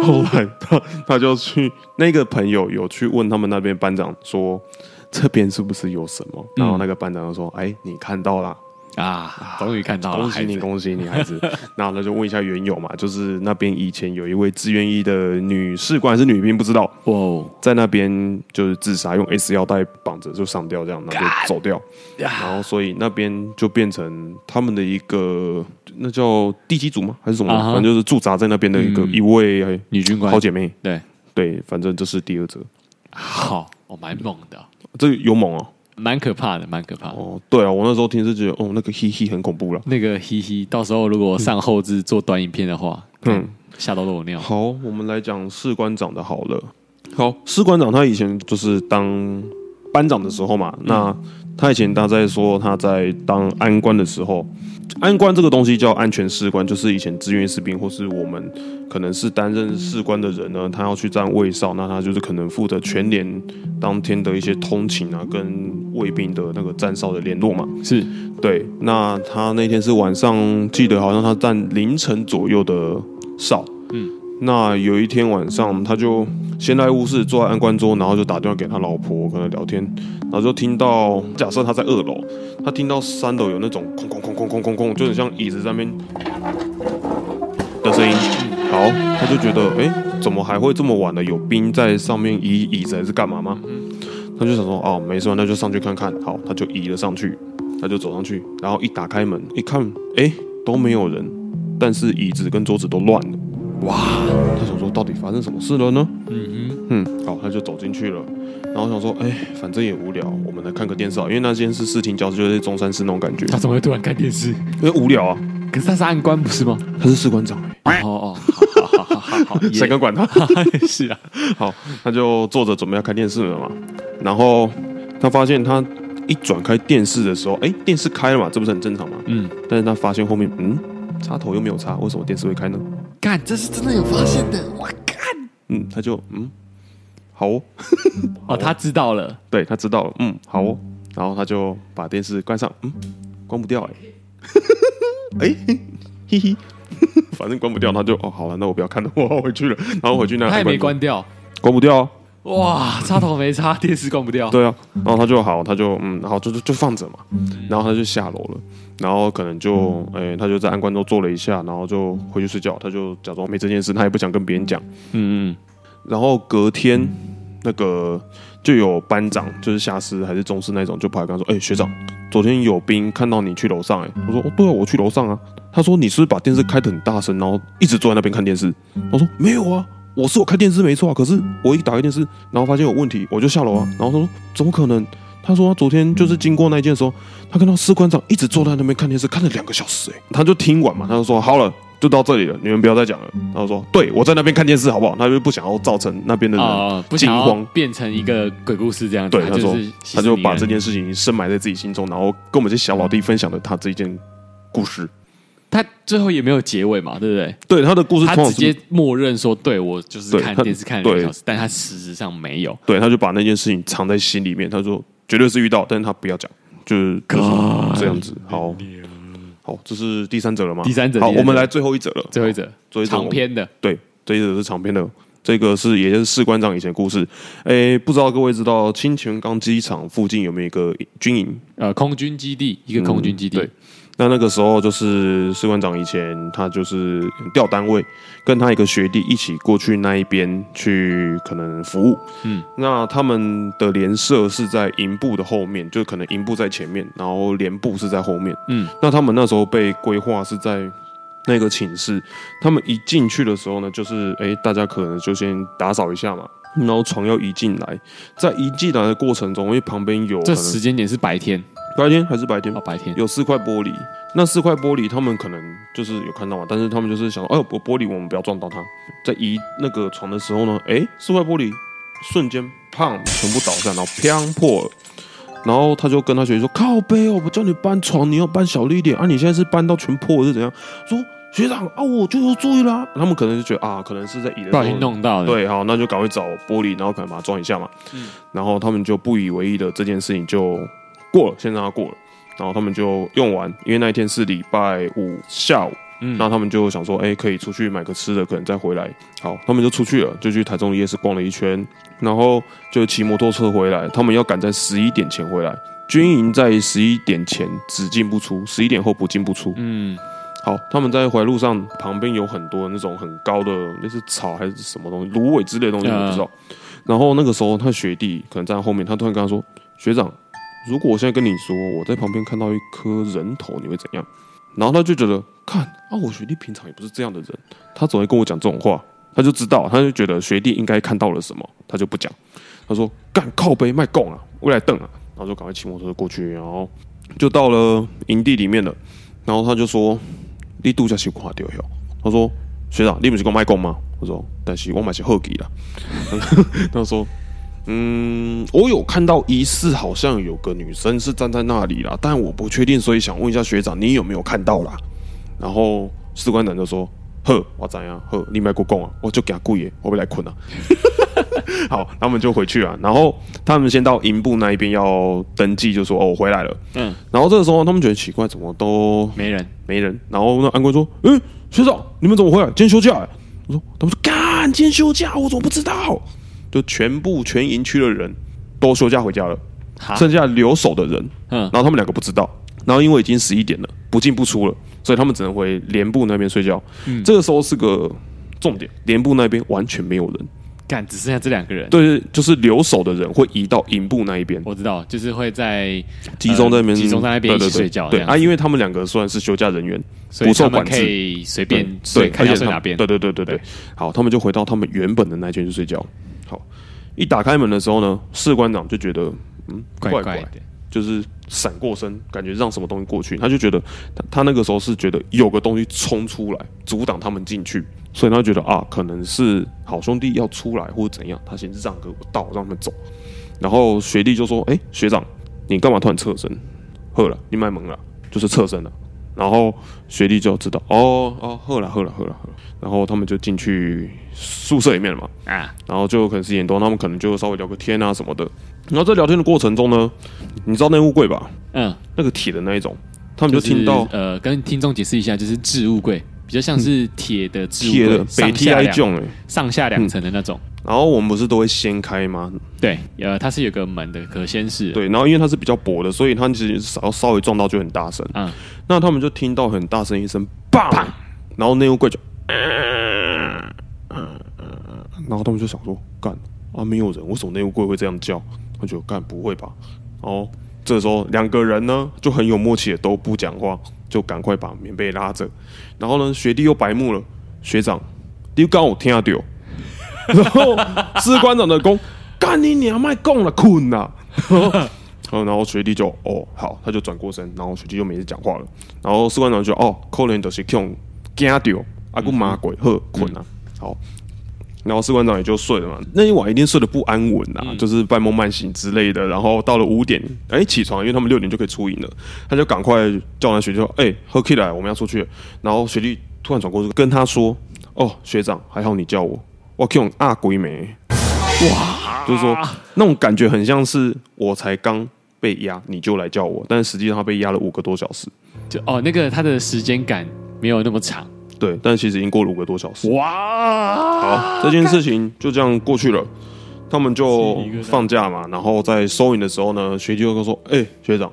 Speaker 2: 后来他他就去那个朋友有去问他们那边班长说，这边是不是有什么？然后那个班长就说：“哎，你看到啦，
Speaker 3: 啊，终于看到了，
Speaker 2: 恭喜
Speaker 3: 孩
Speaker 2: 你，
Speaker 3: 子
Speaker 2: 恭喜
Speaker 3: *laughs*
Speaker 2: 你，孩子。”然后他就问一下缘由嘛，就是那边以前有一位志愿役的女士官还是女兵，不知道
Speaker 3: 哇哦，
Speaker 2: 在那边就是自杀，用 S 腰带绑着就上吊，这样然后就走掉。然后所以那边就变成他们的一个那叫地基组吗？还是什么？
Speaker 3: 啊哈
Speaker 2: 反正就是驻扎在那边的一个
Speaker 3: 嗯
Speaker 2: 一位
Speaker 3: 女军官
Speaker 2: 好，姐妹。
Speaker 3: 对，
Speaker 2: 对，反正这是第二则，
Speaker 3: 好，我蛮猛的，
Speaker 2: 这个有猛哦、
Speaker 3: 蛮可怕的，蛮可怕的。
Speaker 2: 哦，对啊，我那时候听是觉得，哦，那个嘿嘿很恐怖了。
Speaker 3: 那个嘻嘻，到时候如果上后置做短影片的话，嗯，吓到漏尿。
Speaker 2: 好，我们来讲士官长的好了。好，士官长他以前就是当班长的时候嘛，那他以前他在说他在当安官的时候，安官这个东西叫安全士官，就是以前志愿士兵或是我们可能是担任士官的人呢，他要去站卫哨，那他就是可能负责全连当天的一些通勤啊，跟卫兵的那个站哨的联络嘛。
Speaker 3: 是
Speaker 2: 对，那他那天是晚上，记得好像他站凌晨左右的哨。
Speaker 3: 嗯
Speaker 2: 嗯，那有一天晚上，他就闲来无事坐在安官桌，然后就打电话给他老婆，可能聊天，然后就听到，假设他在二楼，他听到三楼有那种空空空空空空空，就很像椅子上面的声音。好，他就觉得，哎、怎么还会这么晚了？有兵在上面移椅子还是干嘛吗？他就想说，哦，没事，那就上去看看。好，他就移了上去。他就走上去，然后一打开门一看，哎，都没有人，但是椅子跟桌子都乱了。哇！他想说到底发生什么事了呢？嗯哼，嗯，好，他就走进去了，然后想说，哎，反正也无聊，我们来看个电视好了，因为那间是视听教室，就是中山市那种感觉，
Speaker 3: 他怎么会突然看电视？
Speaker 2: 因为啊无聊啊。
Speaker 3: 可是他是暗官不是吗？
Speaker 2: 他是士官长、欸，
Speaker 3: 哦哦，好好好好好，
Speaker 2: 谁敢管他？ *laughs*
Speaker 3: *laughs* 也是啊，
Speaker 2: 好，他就坐着准备要看电视了嘛，然后他发现他一转开电视的时候，哎、电视开了嘛，这不是很正常吗？
Speaker 3: 嗯，
Speaker 2: 但是他发现后面，嗯，插头又没有插，为什么电视会开呢？
Speaker 1: 干，这是真的有发现的，我干，
Speaker 2: 嗯，他就嗯，好哦，
Speaker 3: 哦，他知道了，
Speaker 2: 对他知道了，嗯，好哦，然后他就把电视关上，嗯，关不掉、
Speaker 3: *laughs*
Speaker 2: 欸，哎、哎，嘿嘿， *laughs* 反正关不掉，他就哦，好了，那我不要看了，我要回去了，然后回去那
Speaker 3: 他也没关，掉。
Speaker 2: 关不掉啊，
Speaker 3: 哇，插头没插，电视关不掉。
Speaker 2: 对啊，然后他就好，他就嗯，然后就就就放着嘛，然后他就下楼了，然后可能就哎、他就在安官都坐了一下，然后就回去睡觉，他就假装没这件事，他也不想跟别人讲。
Speaker 3: 嗯嗯，
Speaker 2: 然后隔天那个就有班长，就是下司还是中司那种，就跑来跟他说：“哎、学长，昨天有兵看到你去楼上、欸。”哎，我说：“哦，对啊，我去楼上啊。”他说：“你是不是把电视开得很大声，然后一直坐在那边看电视？”我说：“没有啊。”我是有开电视没错啊，可是我一打开电视，然后发现有问题，我就下楼啊。然后他说：“怎么可能？”他说他昨天就是经过那一件的时候，他看到士官长一直坐在那边看电视，看了两个小时、欸。他就听完嘛，他就说：“好了，就到这里了，你们不要再讲了。”然后说：“对我在那边看电视，好不好？”他就不想要造成那边的人
Speaker 3: 哦，不
Speaker 2: 惊
Speaker 3: 想
Speaker 2: 慌
Speaker 3: 要，变成一个鬼故事这样子。
Speaker 2: 对，他
Speaker 3: 就
Speaker 2: 说
Speaker 3: 是息
Speaker 2: 他
Speaker 3: 事
Speaker 2: 就
Speaker 3: 宁
Speaker 2: 把
Speaker 3: 人
Speaker 2: 这件事情深埋在自己心中，然后跟我们这些小老弟分享了他这一件故事。
Speaker 3: 他最后也没有结尾嘛，对不对？
Speaker 2: 对他的故事
Speaker 3: 他
Speaker 2: 通常
Speaker 3: 直
Speaker 2: 是，
Speaker 3: 接默认说，对我就是
Speaker 2: 对
Speaker 3: 看
Speaker 2: 他
Speaker 3: 电视看了两个
Speaker 2: 对
Speaker 3: 小时，但他事实上没有。
Speaker 2: 对他就把那件事情藏在心里面。他说绝对是遇到，但是他不要讲，就是就是这样子。好，好，这是第三者了吗？
Speaker 3: 第三者
Speaker 2: 好，
Speaker 3: 第三者
Speaker 2: 我们来最后一者了。
Speaker 3: 最后一则
Speaker 2: 哦最后一则我
Speaker 3: 长
Speaker 2: 们
Speaker 3: 篇的，
Speaker 2: 对，这一则是长篇的，这个是也就是士官长以前的故事。诶，不知道各位知道清泉岗机场附近有没有一个军营？
Speaker 3: 呃，空军基地，一个空军基地，
Speaker 2: 嗯对那那个时候就是士官长以前他就是调单位，跟他一个学弟一起过去那一边去可能服务。
Speaker 3: 嗯，
Speaker 2: 那他们的连社是在营部的后面，就可能营部在前面，然后连部是在后面。
Speaker 3: 嗯，
Speaker 2: 那他们那时候被规划是在。那个寝室，他们一进去的时候呢，就是诶，大家可能就先打扫一下嘛，
Speaker 3: 嗯
Speaker 2: 然后床要移进来，在移进来的过程中，因为旁边有
Speaker 3: 这
Speaker 2: 可能
Speaker 3: 时间点是白天，
Speaker 2: 白天还是白天
Speaker 3: 哦，白天，
Speaker 2: 有四块玻璃，那四块玻璃他们可能就是有看到嘛，但是他们就是想说，哎呦，玻璃我们不要撞到它。在移那个床的时候呢，哎，四块玻璃瞬间砰全部倒下，然后砰破了。然后他就跟他学弟说：“靠背哦，我叫你搬床，你要搬小力一点啊！你现在是搬到全破是怎样？”说学长啊，我就有注意啦、他们可能就觉得啊，可能是在移的
Speaker 3: 不
Speaker 2: 时
Speaker 3: 小
Speaker 2: 候
Speaker 3: 心弄到的，，嗯
Speaker 2: 对，好，那就赶快找玻璃，然后可能把它装一下嘛。然后他们就不以为意的这件事情就过了，先让他过了。然后他们就用完，因为那一天是礼拜五下午，
Speaker 3: 嗯
Speaker 2: 那他们就想说，哎、可以出去买个吃的，可能再回来。好，他们就出去了，就去台中的夜市逛了一圈，然后就骑摩托车回来。他们要赶在十一点前回来，军营在十一点前只进不出，十一点后不进不出。
Speaker 3: 嗯，
Speaker 2: 好，他们在回来路上旁边有很多那种很高的，那是草还是什么东西，芦苇之类的东西，
Speaker 3: 嗯
Speaker 2: 我不知道。然后那个时候，他学弟可能站在后面，他突然跟他说：“学长，如果我现在跟你说我在旁边看到一颗人头，你会怎样？”然后他就觉得，看啊，我学弟平常也不是这样的人，他总会跟我讲这种话，他就知道，他就觉得学弟应该看到了什么，他就不讲。他说：“干靠背卖供啊，未来瞪啊。”然后就赶快骑摩托车过去，然后就到了营地里面了。然后他就说：“你度假是垮掉哟。”他说：“学长，你不是讲卖供吗？”我说：“但是我买些后给啦。”他说：“嗯，我有看到疑似好像有个女生是站在那里啦，但我不确定，所以想问一下学长，你有没有看到啦？”然后士官长就说：“呵，我怎样？呵，你买过供啊？我就给他跪耶，我不来困啊。” *laughs* 好，他们就回去啊。然后他们先到营部那一边要登记，就说：“哦，我回来了。”
Speaker 3: 嗯
Speaker 2: 嗯，然后这个时候他们觉得奇怪，怎么都
Speaker 3: 没人，
Speaker 2: 没人。然后那安官说：“嗯、学长，你们怎么回来？今天休假、欸？”我说：“他们说干，今天休假，我怎么不知道？”就全部全营区的人都休假回家了，
Speaker 3: 哈
Speaker 2: 剩下留守的人，
Speaker 3: 嗯
Speaker 2: 然后他们两个不知道。然后因为已经十一点了，不进不出了，所以他们只能回连部那边睡觉。
Speaker 3: 嗯
Speaker 2: 这个时候是个重点，连部那边完全没有人。
Speaker 3: 干只剩下这两个人。，
Speaker 2: 对，就是留守的人会移到营部那一边，
Speaker 3: 我知道，就是会在
Speaker 2: 集中在那边、
Speaker 3: 哦呃集中在那边
Speaker 2: 对对
Speaker 3: 一起睡觉
Speaker 2: 对
Speaker 3: 这样
Speaker 2: 啊，因为他们两个虽然是休假人员，
Speaker 3: 所以
Speaker 2: 不受
Speaker 3: 他们
Speaker 2: 管
Speaker 3: 可
Speaker 2: 制，
Speaker 3: 以随
Speaker 2: 对
Speaker 3: 便睡，看
Speaker 2: 而
Speaker 3: 要
Speaker 2: 且
Speaker 3: 睡
Speaker 2: 他
Speaker 3: 哪边。
Speaker 2: 对对对对对
Speaker 3: 对，
Speaker 2: 好，他们就回到他们原本的那间去睡觉。好，一打开门的时候呢，士官长就觉得，嗯，
Speaker 3: 怪
Speaker 2: 怪
Speaker 3: 怪的
Speaker 2: 就是闪过身，感觉让什么东西过去，他就觉得他他那个时候是觉得有个东西冲出来阻挡他们进去，所以他觉得啊，可能是好兄弟要出来或者怎样，他先让个道让他们走。然后学弟就说：“哎、学长，你干嘛突然侧身？喝了，你卖萌了，就是侧身了。”然后学弟就知道哦哦，喝了喝了喝了喝了。然后他们就进去宿舍里面了嘛。
Speaker 3: 啊，
Speaker 2: 然后就可能十点多，他们可能就稍微聊个天啊什么的。然后在聊天的过程中呢，你知道那物柜吧？
Speaker 3: 嗯，
Speaker 2: 那个铁的那一种，他们
Speaker 3: 就
Speaker 2: 就是听到
Speaker 3: 呃，跟听众解释一下，就是置物柜，比较像是铁的置物
Speaker 2: 铁的
Speaker 3: 柜，
Speaker 2: 北
Speaker 3: 上
Speaker 2: T
Speaker 3: 下
Speaker 2: I
Speaker 3: 两
Speaker 2: 囧哎，
Speaker 3: 上下两层的那种。
Speaker 2: 然后我们不是都会掀开吗？
Speaker 3: 对，呃，它是有个门的可先是，
Speaker 2: 对，然后因为它是比较薄的，所以它其实稍稍微撞到就很大声。
Speaker 3: 嗯
Speaker 2: 那他们就听到很大声一声“砰”，然后内务柜就，呃然后他们就想说：“干啊，没有人，为什么内务柜会这样叫？”他就干不会吧？哦，这时候两个人呢就很有默契，都不讲话，就赶快把棉被拉着。然后呢，学弟又白目了，学长，你刚我听到，然后士官长的功，干你娘卖供了，困了。 *laughs* 然后然后学弟就哦好，他就转过身，然后学弟就没事讲话了。然后士官长就哦，可能就是用惊到啊个马鬼呵困啊，好。然后士官长也就睡了嘛，那一晚一定睡得不安稳啊，就是半梦半醒之类的。然后到了五点，哎，起床，因为他们六点就可以出营了，他就赶快叫完学弟说：“哎，喝 K 来，我们要出去了。”然后学弟突然转过去跟他说：“哦，学长，还好你叫我，我用阿鬼没。”就是说那种感觉很像是我才刚被压，你就来叫我，但是实际上他被压了五个多小时，
Speaker 3: 就哦，那个它的时间感没有那么长。
Speaker 2: 对，但其实已经过了五个多小时。
Speaker 3: 哇，
Speaker 2: 好，这件事情就这样过去了，他们就放假嘛，然后在收银的时候呢，学弟就跟我说：“哎、学长，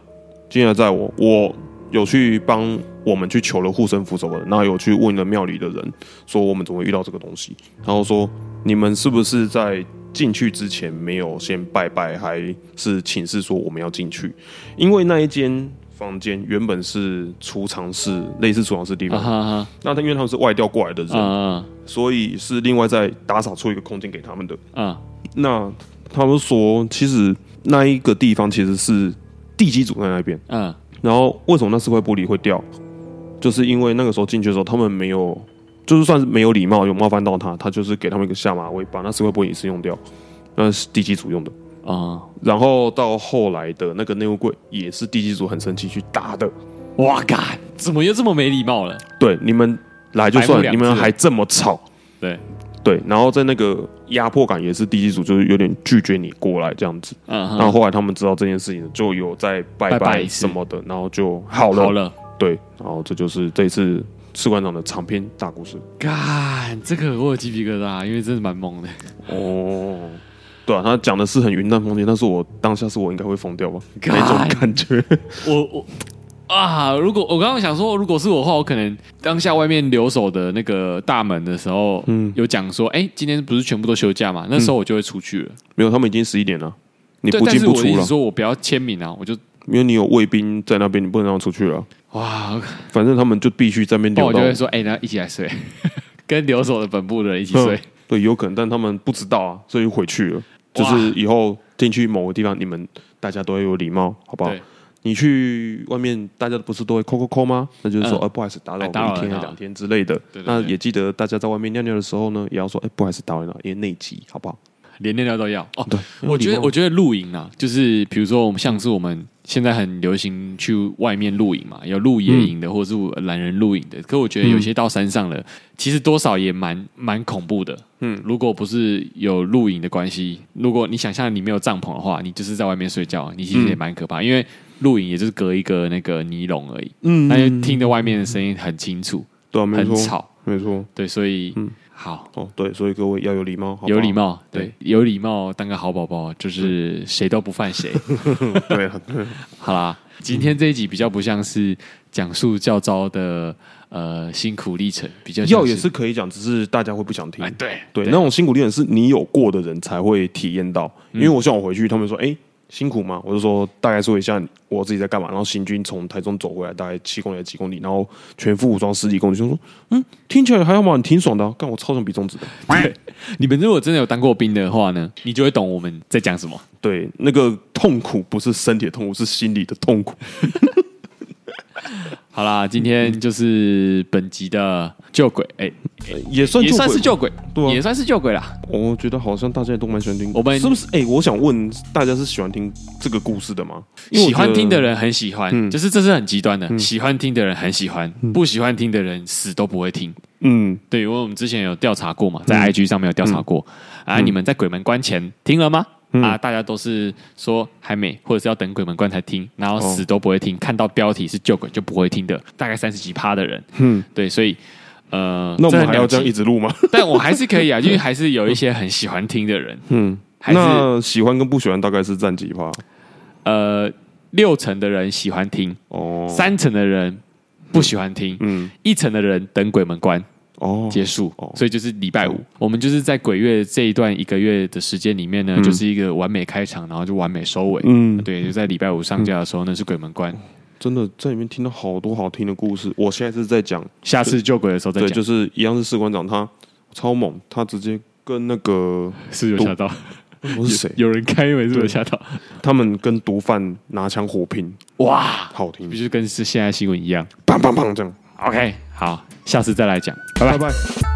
Speaker 2: 今天还在我，我有去帮我们去求了护身符什么的，那有去问了庙里的人，说我们怎么会遇到这个东西，然后说你们是不是在进去之前没有先拜拜，还是请示说我们要进去？因为那一间房间原本是储藏室，类似储藏室地
Speaker 3: 啊
Speaker 2: 方，
Speaker 3: 哈哈，
Speaker 2: 那他因为他们是外调过来的人，
Speaker 3: 啊
Speaker 2: 所以是另外再打扫出一个空间给他们的。
Speaker 3: 啊
Speaker 2: 那他们说，其实那一个地方其实是地基组在那边。
Speaker 3: 啊，
Speaker 2: 然后为什么那四块玻璃会掉？就是因为那个时候进去的时候，他们没有，就是算是没有礼貌，有冒犯到他，他就是给他们一个下马威，把那四块玻璃是用掉，那是地基组用的。
Speaker 3: 哦，
Speaker 2: 然后到后来的那个内务柜也是地基组很生气去打的。
Speaker 3: 哇嘎，怎么又这么没礼貌了？
Speaker 2: 对，你们来就算
Speaker 3: 白目两，
Speaker 2: 你们
Speaker 3: 字
Speaker 2: 还这么吵。
Speaker 3: 对，
Speaker 2: 对，然后在那个压迫感也是第一组就是有点拒绝你过来这样子。
Speaker 3: 嗯
Speaker 2: 那
Speaker 3: 哼，
Speaker 2: 后来他们知道这件事情，就有在拜
Speaker 3: 拜拜一次
Speaker 2: 什么的，然后就好了。
Speaker 3: 好了，
Speaker 2: 对，然后这就是这一次士官长的长篇大故事。
Speaker 3: 干，这个我有鸡皮疙瘩，因为真的蛮猛的。
Speaker 2: 哦，对啊，他讲的是很云淡风轻，但是我当下是我应该会疯掉吧？那种感觉。
Speaker 3: *laughs* 我我啊，如果我刚刚想说，如果是我的话，我可能当下外面留守的那个大门的时候，嗯，有讲说，哎、今天不是全部都休假嘛？那时候我就会出去了。
Speaker 2: 没有，他们已经十一点了，你
Speaker 3: 对，
Speaker 2: 不
Speaker 3: 但
Speaker 2: 进
Speaker 3: 是
Speaker 2: 不
Speaker 3: 我
Speaker 2: 出
Speaker 3: 的意
Speaker 2: 了
Speaker 3: 思，说我不要签名啊，我就
Speaker 2: 因为你有卫兵在那边，你不能让他出去了。 *laughs*
Speaker 3: 哇，
Speaker 2: 反正他们就必须在那边
Speaker 3: 那
Speaker 2: 留
Speaker 3: 我就
Speaker 2: 到。
Speaker 3: 会说，哎、那一起来睡， *laughs* 跟留守的本部的人一起睡。
Speaker 2: 对，有可能，但他们不知道啊，所以就回去了。就是以后进去某个地方，你们大家都要有礼貌，好不好
Speaker 3: 对？
Speaker 2: 你去外面，大家不是都会扣扣扣吗？那就是说，
Speaker 3: 嗯
Speaker 2: 哎、不好意思，打扰
Speaker 3: 哎打扰
Speaker 2: 我一天
Speaker 3: 了打扰
Speaker 2: 两天之类的。
Speaker 3: 对对
Speaker 2: 那
Speaker 3: 对
Speaker 2: 也记得大家在外面尿尿的时候呢，也要说，哎、不好意思，打扰了，因为内急，好不好？
Speaker 3: 连尿尿都要哦。
Speaker 2: 对
Speaker 3: 我觉
Speaker 2: 有礼
Speaker 3: 得，
Speaker 2: 貌
Speaker 3: 我觉得露营啊，就是比如说我们像是我们现在很流行去外面露营嘛，有露野
Speaker 2: 嗯
Speaker 3: 营的，或者是懒人露营的。可我觉得有些到山上了，其实多少也蛮蛮恐怖的。嗯，如果不是有露营的关系，如果你想象你没有帐篷的话，你就是在外面睡觉，啊你其实也
Speaker 2: 嗯
Speaker 3: 蛮可怕，因为露营也就是隔一个那个尼龙而已，嗯，但是听着外面的声音很清楚，
Speaker 2: 对啊，没
Speaker 3: 很
Speaker 2: 错，
Speaker 3: 吵，
Speaker 2: 没错。
Speaker 3: 对，所以好。
Speaker 2: 哦，对，所以各位要有礼貌，好不好
Speaker 3: 有礼，貌，
Speaker 2: 对
Speaker 3: 对，有礼貌，当个好宝宝，就是谁都不犯谁。
Speaker 2: 对
Speaker 3: *laughs*
Speaker 2: 啊，对啊
Speaker 3: 好啦，今天这一集比较不像是讲述教招的呃辛苦历程，比较像
Speaker 2: 要也是可以讲，只是大家会不想听
Speaker 3: 哎。对 *laughs*
Speaker 2: 对，那种辛苦历程是你有过的人才会体验到。因为我像我回去，他们说：“哎、辛苦吗？”我就说大概说一下我自己在干嘛。然后行军从台中走回来，大概七公里还是几公里，然后全副武装十几公里，就说：“嗯，听起来还好嘛，你挺爽的、啊。”干我超想比中指的。
Speaker 3: 你们如果真的有当过兵的话呢，你就会懂我们在讲什么。
Speaker 2: 对，那个痛苦不是身体的痛苦，是心理的痛苦。
Speaker 3: 好啦，今天就是本集的救鬼，哎、
Speaker 2: 呃也算
Speaker 3: 也
Speaker 2: 就
Speaker 3: 算
Speaker 2: 会
Speaker 3: 是救鬼，
Speaker 2: 对啊
Speaker 3: 也算是救鬼啦。
Speaker 2: 我觉得好像大家也都蛮喜欢听。
Speaker 3: 我们
Speaker 2: 是不是？哎、我想问大家是喜欢听这个故事的吗？因为我
Speaker 3: 喜欢
Speaker 2: 觉得嗯
Speaker 3: 听的人很喜欢，就是这是很极端的，喜欢听的人很喜欢，不喜欢听的人死都不会听。
Speaker 2: 嗯，
Speaker 3: 对，因为我们之前有调查过嘛，在 IG 上面有调查过、
Speaker 2: 嗯
Speaker 3: 啊，你们在鬼门关前听了吗？啊，大家都是说还没，或者是要等鬼门关才听，然
Speaker 2: 哦
Speaker 3: 后死都不会听，看到标题是救鬼就不会听的，大概三十几趴的人，嗯，对，所以呃，
Speaker 2: 那我
Speaker 3: 这
Speaker 2: 们
Speaker 3: 很
Speaker 2: 还要
Speaker 3: 两极
Speaker 2: 这样一，直录吗？
Speaker 3: 但我还是可以啊，因为还是有一些很喜欢听
Speaker 2: *laughs*
Speaker 3: 的人，
Speaker 2: 嗯，
Speaker 3: 还是
Speaker 2: 那喜欢跟不喜欢大概是占几趴？
Speaker 3: 呃，六成的人喜欢听，
Speaker 2: 哦，
Speaker 3: 三成的人不喜欢听，
Speaker 2: 嗯，
Speaker 3: 一成的人等鬼门关，
Speaker 2: 哦，
Speaker 3: 结束
Speaker 2: 哦，
Speaker 3: 所以就是礼拜五，我们就是在鬼月这一段一个月的时间里面呢，就是一个完美开场，然后就完美收尾。
Speaker 2: 嗯，
Speaker 3: 啊对，就在礼拜五上架的时候呢，是鬼门关，
Speaker 2: 真的在里面听到好多好听的故事。我现在是在讲，
Speaker 3: 下次救鬼的时候再
Speaker 2: 对，
Speaker 3: 讲
Speaker 2: 就。是一样是士官长，他超猛，他直接跟那个
Speaker 3: 是 *laughs* 不是有吓到，
Speaker 2: 我是谁，
Speaker 3: *laughs* 有人开门是不是有吓到？
Speaker 2: 他们跟毒贩拿枪火拼，
Speaker 3: 哇，
Speaker 2: 好听
Speaker 3: 不，就跟是现在新闻一样
Speaker 2: 砰砰砰这样。
Speaker 3: ？OK，好，下次再来讲，拜拜。
Speaker 2: 拜拜。